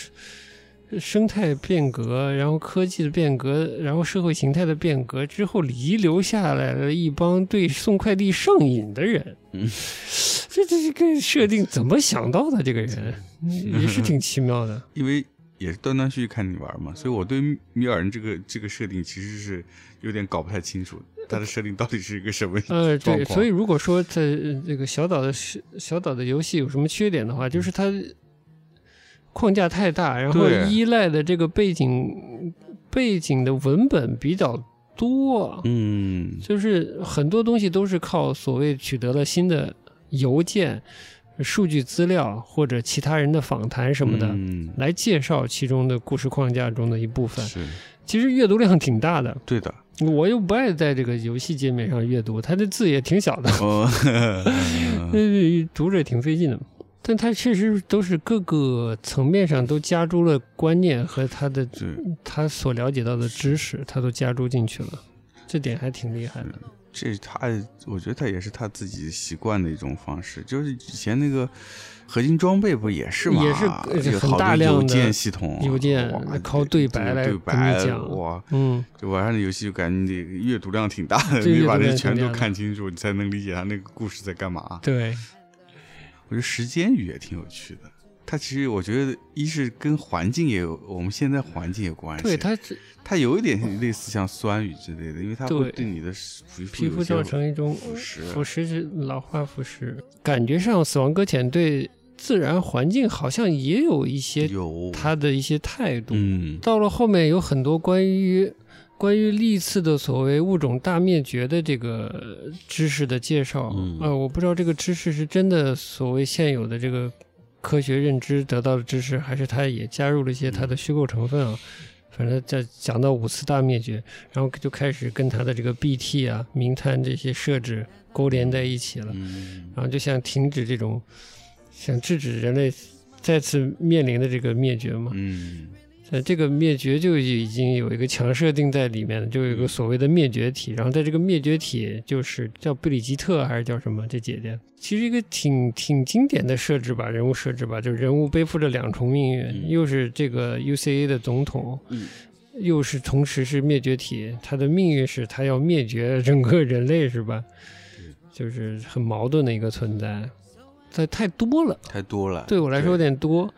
生态变革，然后科技的变革，然后社会形态的变革之后，遗留下来了一帮对送快递上瘾的人。嗯，这这这个设定怎么想到的？这个人也是挺奇妙的。因为也是断断续续看你玩嘛，所以我对米尔人这个这个设定其实是有点搞不太清楚，它的设定到底是一个什么呃，状对，况所以如果说在呃这个小岛的是小岛的游戏有什么缺点的话，就是它框架太大，然后嗯对依赖的这个背景背景的文本比较多，嗯就是很多东西都是靠所谓取得了新的邮件、数据资料或者其他人的访谈什么的。嗯，来介绍其中的故事框架中的一部分，是其实阅读量挺大的。对的，我又不爱在这个游戏界面 [laughs] 上阅读，它的字也挺小的，哦，呃，读着也挺费劲的。但它确实都是各个层面上都加诸了观念和他的对，他所了解到的知识，他都加注进去了，这点还挺厉害的。这是他，我觉得他也是他自己习惯的一种方式。就是以前那个合金装备不也是吗？也是呃有很好大多量邮的件系统啊，邮件哇靠对对白这个来对跟白你讲哇。嗯，这玩意儿的游戏就感觉你得阅读量挺大的，对你得把阅读那量全挺都大的看清楚，你才能理解他那个故事在干嘛。对，我觉得时间语也挺有趣的。它其实我觉得，一是跟环境也有，我们现在环境有关系。对它它有一点类似像酸雨之类的，因为它会对对你的皮肤皮有肤些造成一种腐蚀。腐蚀是老化腐蚀，感觉上《死亡搁浅》对自然环境好像也有一些有他的一些态度。嗯，到了后面有很多关于关于历次的所谓物种大灭绝的这个呃知识的介绍，嗯呃，我不知道这个知识是真的所谓现有的这个科学认知得到的知识，还是他也加入了一些他的虚构成分啊。嗯反正在讲到五次大灭绝，然后就开始跟他的这个 BT 啊、名探这些设置勾连在一起了。嗯，然后就想停止这种，想制止人类再次面临的这个灭绝嘛。嗯，呃，这个灭绝就已经有一个强设定在里面了，就有一嗯个所谓的灭绝体，然后在这个灭绝体就是叫布里吉特还是叫什么这姐姐，其实一个挺挺经典的设置吧，人物设置吧，就是人物背负着两重命运，嗯又是这个 UCA 的总统，嗯又是同时是灭绝体，他的命运是他要灭绝整个人类是吧？嗯就是很矛盾的一个存在，它太多了。太多了。对我来说有点多，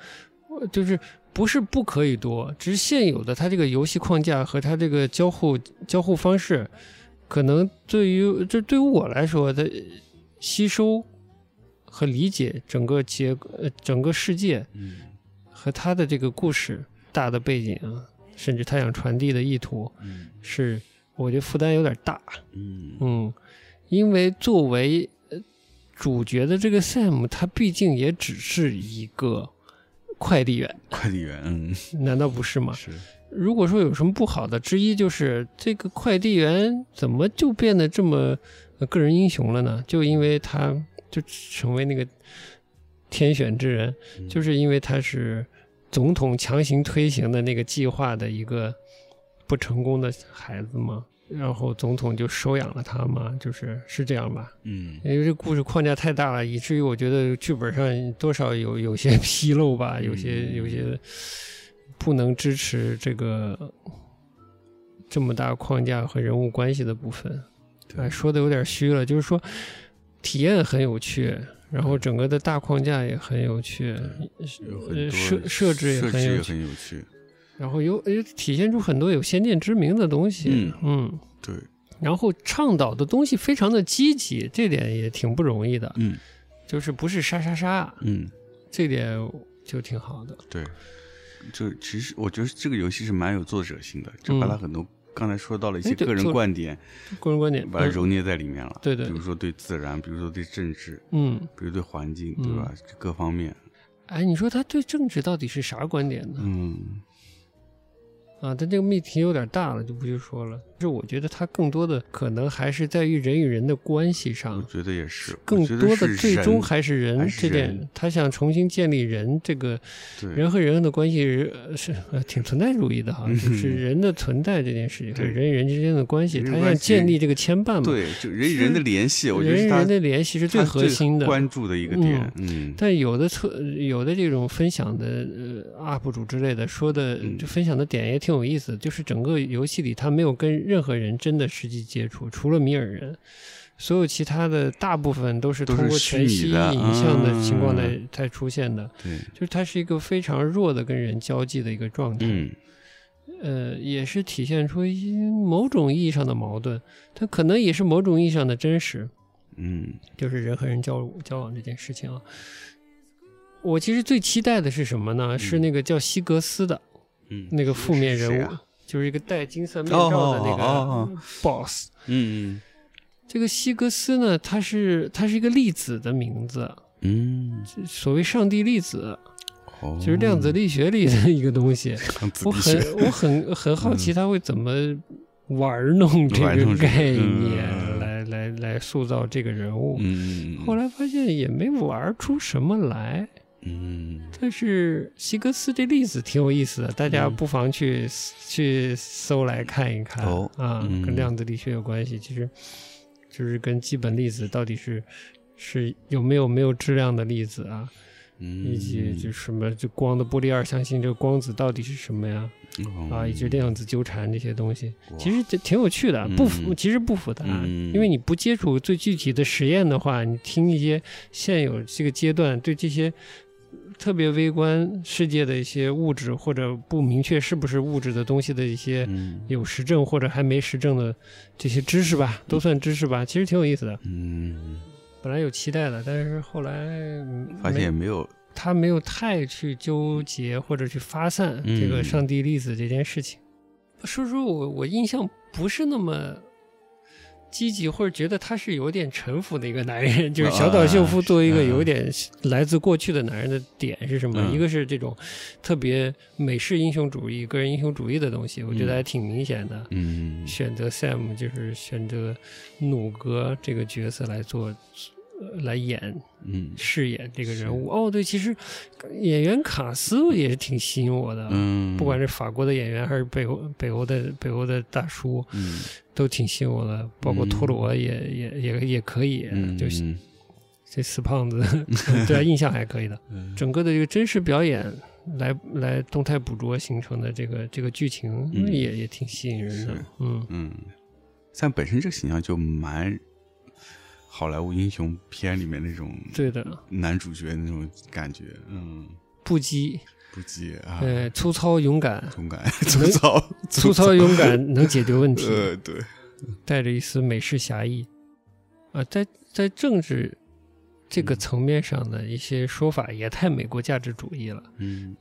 我就是不是不可以多，只是现有的它这个游戏框架和它这个交互交互方式，可能对于这对于我来说的吸收和理解整个结呃整个世界嗯，和它的这个故事大的背景啊，甚至他想传递的意图，嗯是我觉得负担有点大。嗯嗯嗯，因为作为呃主角的这个 Sam，他毕竟也只是一个快递员，快递员，嗯，难道不是吗？是，如果说有什么不好的之一，就是这个快递员怎么就变得这么呃个人英雄了呢？就因为他就成为那个天选之人，嗯就是因为他是总统强行推行的那个计划的一个不成功的孩子嘛。然后总统就收养了他嘛，就是是这样吧？嗯因为这故事框架太大了，以至于我觉得剧本上多少有有些 [laughs] 纰漏吧，有些有些不能支持这个这么大框架和人物关系的部分。对哎，说的有点虚了，就是说体验很有趣，然后整个的大框架也很有趣，有很多呃设设置也设很置有也趣很有趣。然后有也体现出很多有先见之明的东西。嗯嗯，对，然后倡导的东西非常的积极，这点也挺不容易的。嗯就是不是杀杀杀，嗯，这点就挺好的。对，就其实我觉得这个游戏是蛮有作者性的，就把嗯它很多刚才说到了一哎些对个人作观点，个人观点，嗯把它揉捏在里面了。对对比如说对自然，比如说对政治，嗯，比如对环境，嗯对吧？各方面，哎，你说他对政治到底是啥观点呢？嗯啊，但这个命题有点大了，就不去说了。就是我觉得他更多的可能还是在于人与人的关系我上，觉得也嗯是，更我觉得多的是最终人还是人还是这点人。他想重新建立人这个对嗯人和人的关系是呃是呃挺存在主义的哈，就是人的存在这件事情，对人与人之间的关系，人他与想关系建立这个牵绊嘛。对，就人与人的联系，我觉得人是与他人的联系是最他核心的，关注的一个点。嗯，但有的测有的这种分享的呃 UP 主之类的说的，嗯就分享的点也挺有意思，就是整个游戏里他没有跟任何人真的实际接触，除了米尔人，所有其他的大部分都是都通是过虚全拟息的影像的情况来嗯才出现的，对，就是它是一个非常弱的跟人交际的一个状态，嗯，呃，也是体现出一某种意义上的矛盾，它可能也是某种意义上的真实，嗯，就是人和人交交往这件事情啊。我其实最期待的是什么呢？是那个叫西格斯的嗯，那个负面是谁人物，啊就是一个戴金色面罩的那哦哦哦个 boss。嗯这个西格斯呢，他是他是一个粒子的名字，嗯，所谓上帝粒子，哦，就是量子力学里的一个东西。量子我力很学嗯我很很好奇他会怎么玩弄这玩弄个这个概嗯念嗯嗯来来来来塑造这个人物。嗯，后来发现也没玩出什么来，嗯但是希格斯这例子挺有意思的，大家嗯不妨去、去搜来看一看、哦啊，嗯跟量子力学有关系，其实就是跟基本粒子到底是是有没有没有质量的粒子啊，嗯，以及就什么就光的波粒二象性这个光子到底是什么呀啊，以及量子纠缠这些东西，哇其实这挺有趣的，嗯不复其实不啊复杂，嗯因为你不接触最具体的实验的话，你听一些现有这个阶段对这些特别微观世界的一些物质或者不明确是不是物质的东西的一些嗯有实证或者还没实证的这些知识吧，都算知识吧，其实挺有意思的。嗯，本来有期待的，但是后来嗯发现也没没有他没有太去纠结或者去发散嗯这个上帝粒子这件事情。说说我我印象不是那么积极，或者觉得他是有点臣服的一个 [laughs] 男人，就是小岛秀夫作为一个有点来自过去的男人的点是什么？嗯一个是这种特别美式英雄主义、个人英雄主义的东西，我觉得嗯还挺明显的。嗯选择 Sam 就是选择努哥这个角色来做，呃来演嗯饰演这个人物。哦，对，其实演员卡斯也是挺吸引我的，嗯，不管是法国的演员还是北欧北欧的北欧的大叔，嗯都挺吸引我的。包括托罗也、也也也可以，嗯就是这死胖子 [laughs] [laughs] 对他啊印象还可以的。嗯整个的这个真实表演来来动态捕捉形成的这个这个剧情，嗯也也挺吸引人的是。嗯，嗯，但本身这个形象就蛮好莱坞英雄片里面那种对的，男主角那种感觉，嗯，不羁，不羁啊，呃，粗糙勇敢，勇敢 [laughs] 粗糙，粗糙勇敢能解决问 [laughs] 题。呃，对，带着一丝美式侠义，啊，在在政治这嗯个层面上的一些说法也太美国价值主义了，嗯，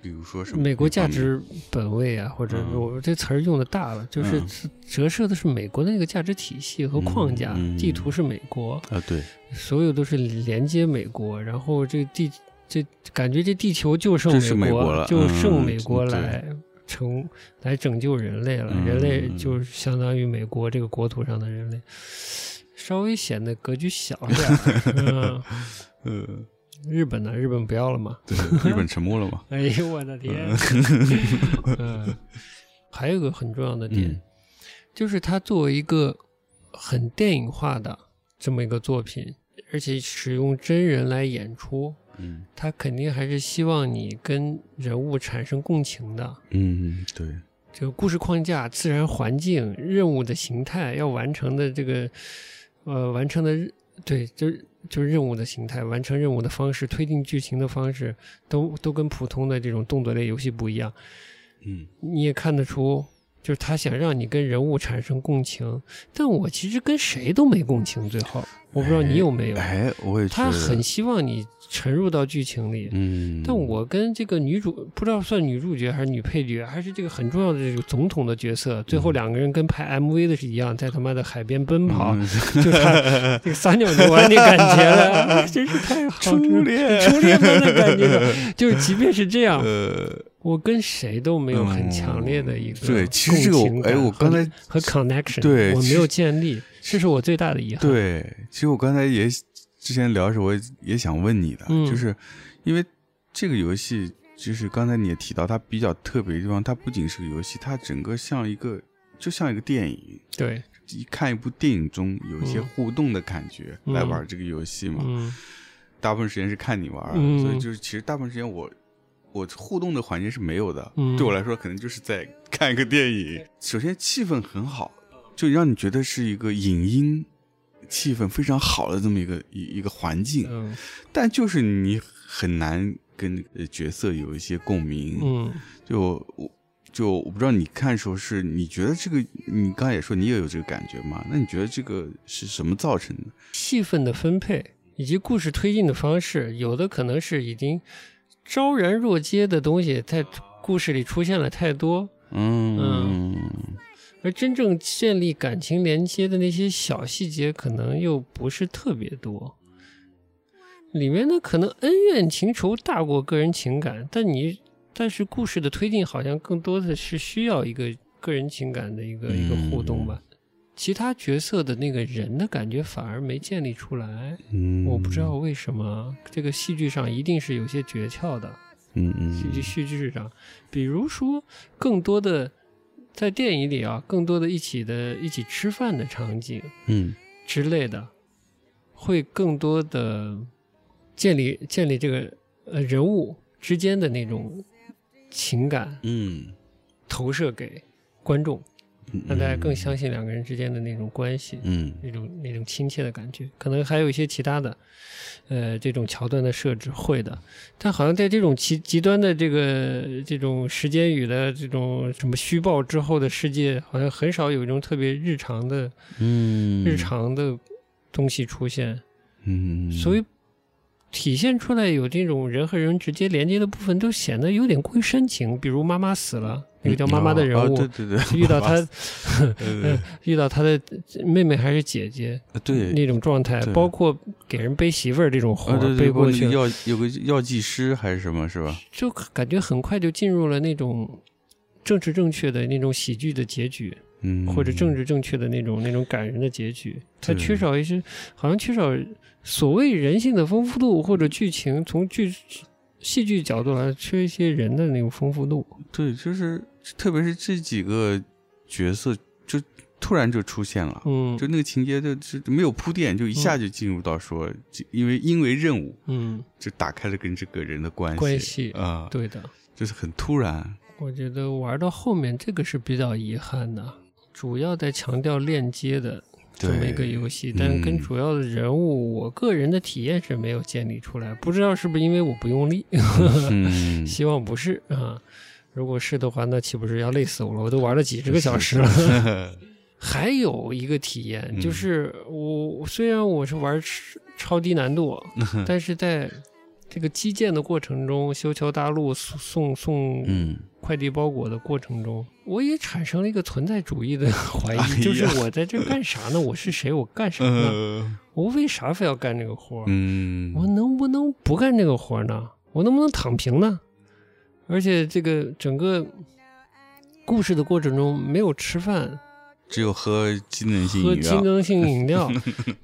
比如说什么美国价值本位啊，或者嗯我这词儿用的大了，就是嗯是折射的是美国的那个价值体系和框架，嗯嗯地图是美国，啊，对，所有都是连接美国，然后这个地这感觉这地球就剩这是美美国了就剩嗯美国对来。成来拯救人类了，嗯人类嗯就相当于美国这个国土上的人类，稍微显得格局小点儿。嗯， [laughs] 呃，日本呢？日本不要了嘛？对，日本沉默了嘛，哎呦我的天！ [laughs] 嗯，还有一个很重要的点，嗯就是它作为一个很电影化的这么一个作品，而且使用真人来演出，嗯它肯定还是希望你跟人物产生共情的。嗯，对，这个故事框架、自然环境、任务的形态、要完成的这个，呃，完成的对，就是就是任务的形态、完成任务的方式、推进剧情的方式，都都跟普通的这种动作类游戏不一样。嗯你也看得出，就是他想让你跟人物产生共情，但我其实跟谁都没共情。最后，我不知道你有没有，哎，我也觉得他很希望你沉入到剧情里，嗯，但我跟这个女主不知道算女主角还是女配角，还是这个很重要的这个总统的角色，最后嗯两个人跟拍 MV 的是一样，在他妈的海边奔跑，嗯 [laughs] [laughs] 就看这个撒尿牛丸那感觉了，哎真是太好初吃了。恋，初恋般的感觉 [laughs] 了，就是即便是这样，呃， [laughs] 我跟谁都没有很强烈的一个、嗯对，其实这个我，哎，我刚才和 connection，对我其没实有建立，这是我最大的遗憾。，对，其实我刚才也之前聊的时候，我也也想问你的，嗯就是因为这个游戏，就是刚才你也提到它比较特别的地方，它不仅是个游戏，它整个像一个就像一个电影，对，一看一部电影中有一些嗯互动的感觉、嗯来玩这个游戏嘛。嗯大部分时间是看你玩儿，嗯所以就是其实大部分时间我我互动的环节是没有的，嗯对我来说可能就是在看一个电影。首先气氛很好，就让你觉得是一个影音气氛非常好的这么一个一一个环境，嗯但就是你很难跟呃角色有一些共鸣。嗯，就我就我不知道你看的时候是你觉得这个，你刚才也说你也有这个感觉嘛？那你觉得这个是什么造成的？戏份的分配以及故事推进的方式，有的可能是已经昭然若揭的东西在故事里出现了太多，嗯而真正建立感情连接的那些小细节，可能又不是特别多。里面呢，可能恩怨情仇大过个人情感，但你但是故事的推进好像更多的是需要一个个人情感的一个、一个互动吧。其他角色的那个人的感觉反而没建立出来。嗯，我不知道，为什么这个戏剧上一定是有些诀窍的，嗯嗯，戏剧戏剧上，比如说更多的在电影里啊，更多的一起的一起吃饭的场景嗯之类的，会更多的建立建立这个呃人物之间的那种情感嗯，投射给观众，让大家更相信两个人之间的那种关系。嗯那种那种亲切的感觉，可能还有一些其他的，呃，这种桥段的设置会的，但好像在这种极极端的这个这种时间语的这种什么虚报之后的世界，好像很少有一种特别日常的、嗯，日常的东西出现，嗯，所以体现出来有这种人和人直接连接的部分，都显得有点过于煽情，比如妈妈死了，嗯那个叫妈妈的人物。对哦对对， [laughs] 遇 [laughs] 到她，呃， [laughs] 遇到她的妹妹还是姐姐，对，那种状态对，包括给人背媳妇儿这种活啊，对儿对，背过去了，药有个药剂师还是什么，是吧？就感觉很快就进入了那种政治正确的那种喜剧的结局，嗯，或者政治正确的那种那种感人的结局。它对缺少一些，好像缺少所谓人性的丰富度，或者剧情从剧戏剧角度来缺一些人的那种丰富度。对，就是特别是这几个角色就突然就出现了，嗯就那个情节就是没有铺垫，就一下就进入到说，就因为因为任务嗯，就打开了跟这个人的关系关系啊，对的。就是很突然，我觉得玩到后面这个是比较遗憾的，主要在强调链接的这么一个对游戏，嗯但跟主要的人物，我个人的体验是没有建立出来，不知道是不是因为我不用力， [laughs] 嗯， [laughs] 希望不是啊。如果是的话，那岂不是要累死我了？我都玩了几十个小时了。 [laughs] 还有一个体验嗯就是我，我虽然我是玩超超低难 [laughs] 度，但是在这个基建的过程中，修桥搭路、送送送 [laughs] 嗯，快递包裹的过程中，我也产生了一个存在主义的 [laughs] 怀疑，哎呀就是我在这干啥呢？我是谁？我干啥呢？呃，我为啥非要干这个活儿？嗯，我能不能不干这个活儿呢？我能不能躺平呢？而且这个整个故事的过程中，没有吃饭，只有喝机能性喝饮机料，能性饮 [laughs] 料，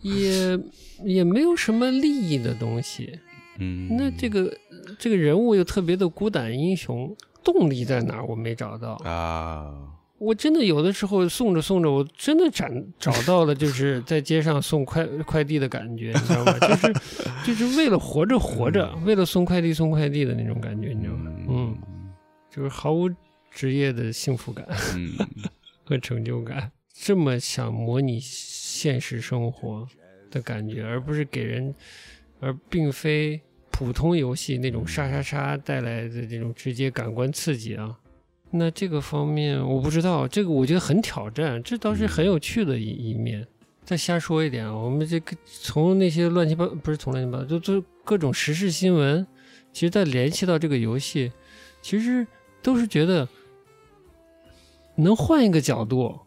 也也没有什么利益的东西。嗯，那这个这个人物又特别的孤胆英雄，动力在哪儿？我没找到。啊，我真的有的时候送着送着，我真的找找到了，就是在街上送快快递的感觉，你知道吗？就是就是为了活着活着，为了送快递送快递的那种感觉，你知道吗？嗯，就是毫无职业的幸福感嗯，和成就感，这么想模拟现实生活的感觉，而不是给人，而并非普通游戏那种杀杀杀带来的这种直接感官刺激啊。那这个方面我不知道，这个我觉得很挑战，这倒是嗯很有趣的一一面。再瞎说一点啊，我们这个从那些乱七八不是从乱七八糟，就就各种时事新闻，其实再联系到这个游戏，其实都是觉得能换一个角度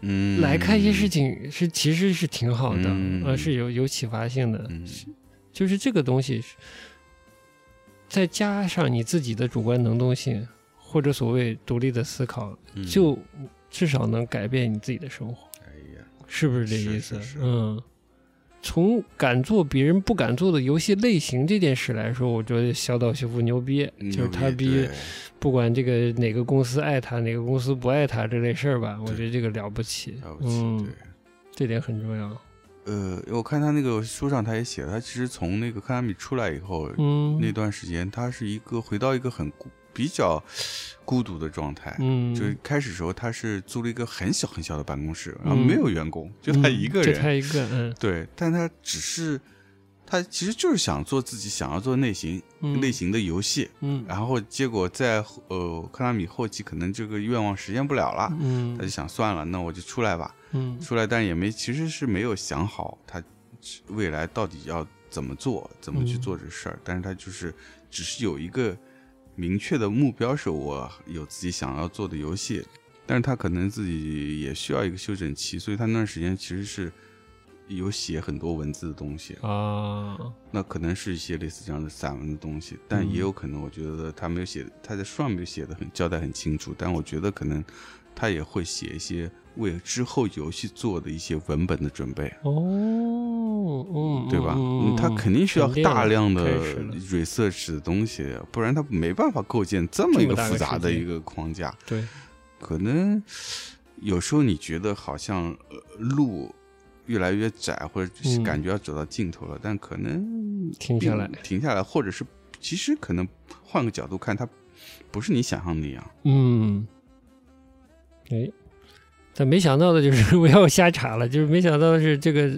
嗯，来看一些事情是其实是挺好的，嗯呃，是有有启发性的。嗯就是这个东西是，再加上你自己的主观能动性或者所谓独立的思考，嗯就至少能改变你自己的生活，哎呀，是不是这意思？是是是嗯。从敢做别人不敢做的游戏类型这件事来说，我觉得小岛秀夫牛逼，就是嗯他牛逼嗯对，不管这个哪个公司爱他，哪个公司不爱他这类事儿吧，我觉得这个了不起，了不起，嗯对，。这点很重要。呃，我看他那个书上他也写了，他其实从那个康纳米出来以后，嗯，那段时间他是一个回到一个很孤比较孤独的状态。嗯，就是开始时候，他是租了一个很小很小的办公室，然后嗯没有员工，就他嗯一个就人。他一个，嗯对，但他只是他其实就是想做自己想要做的类型、 [laughs] 嗯类型的游戏，嗯然后结果在呃克拉米后期可能这个愿望实现不了了，嗯啊他就想算了，那我就出来吧。嗯出来，但也没其实是没有想好他未来到底要怎么做，怎么去嗯做这事儿。但是他就是只是有一个明确的目标，是我有自己想要做的游戏。但是他可能自己也需要一个休整期，所以他那段时间其实是有写很多文字的东西，啊，那可能是一些类似这样的散文的东西，嗯但也有可能，我觉得他没有写，他在书上没有写的很交代很清楚，但我觉得可能他也会写一些为之后游戏做的一些文本的准备，哦，嗯，对吧？嗯，嗯他肯定需要沉淀了大量的开始了 research 的东西，不然他没办法构建这么一这个么大个复杂的世界一个框架。对，可能有时候你觉得好像呃路越来越窄，或者嗯感觉要走到尽头了，但可能停下来并，停下来，或者是其实可能换个角度看，它不是你想象的那样。嗯，哎，但没想到的就是 [laughs] 我要瞎查了，就是没想到的是这个，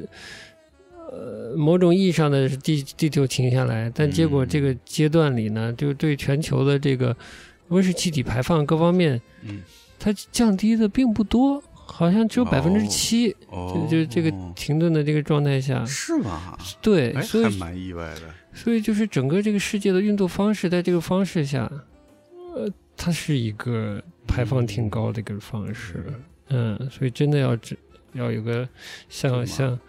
呃，某种意义上的是地地球停下来，但结果嗯这个阶段里呢，就对全球的这个温室气体排放各方面，嗯，它降低的并不多，好像只有哦百分之七，哦就，就这个停顿的这个状态下，是吗？对，哎，所还以蛮意外的。所以就是整个这个世界的运作方式，在这个方式下，呃，它是一个排放挺高的一个方式，嗯，所以真的要知要有个像是像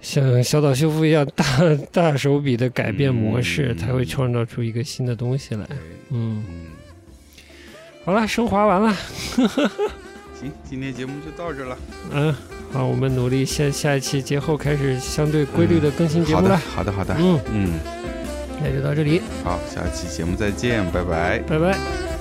像小岛秀夫一样大 [laughs] 大手笔的改变模式，嗯才会创造出一个新的东西来。对嗯，嗯，好了，升华完了，行，今天节目就到这了。嗯，好，我们努力下下一期节后开始相对规律的更新节嗯好目的，了。好的，好的。嗯，嗯，那就到这里，好，下期节目再见，拜拜。拜拜。 Thank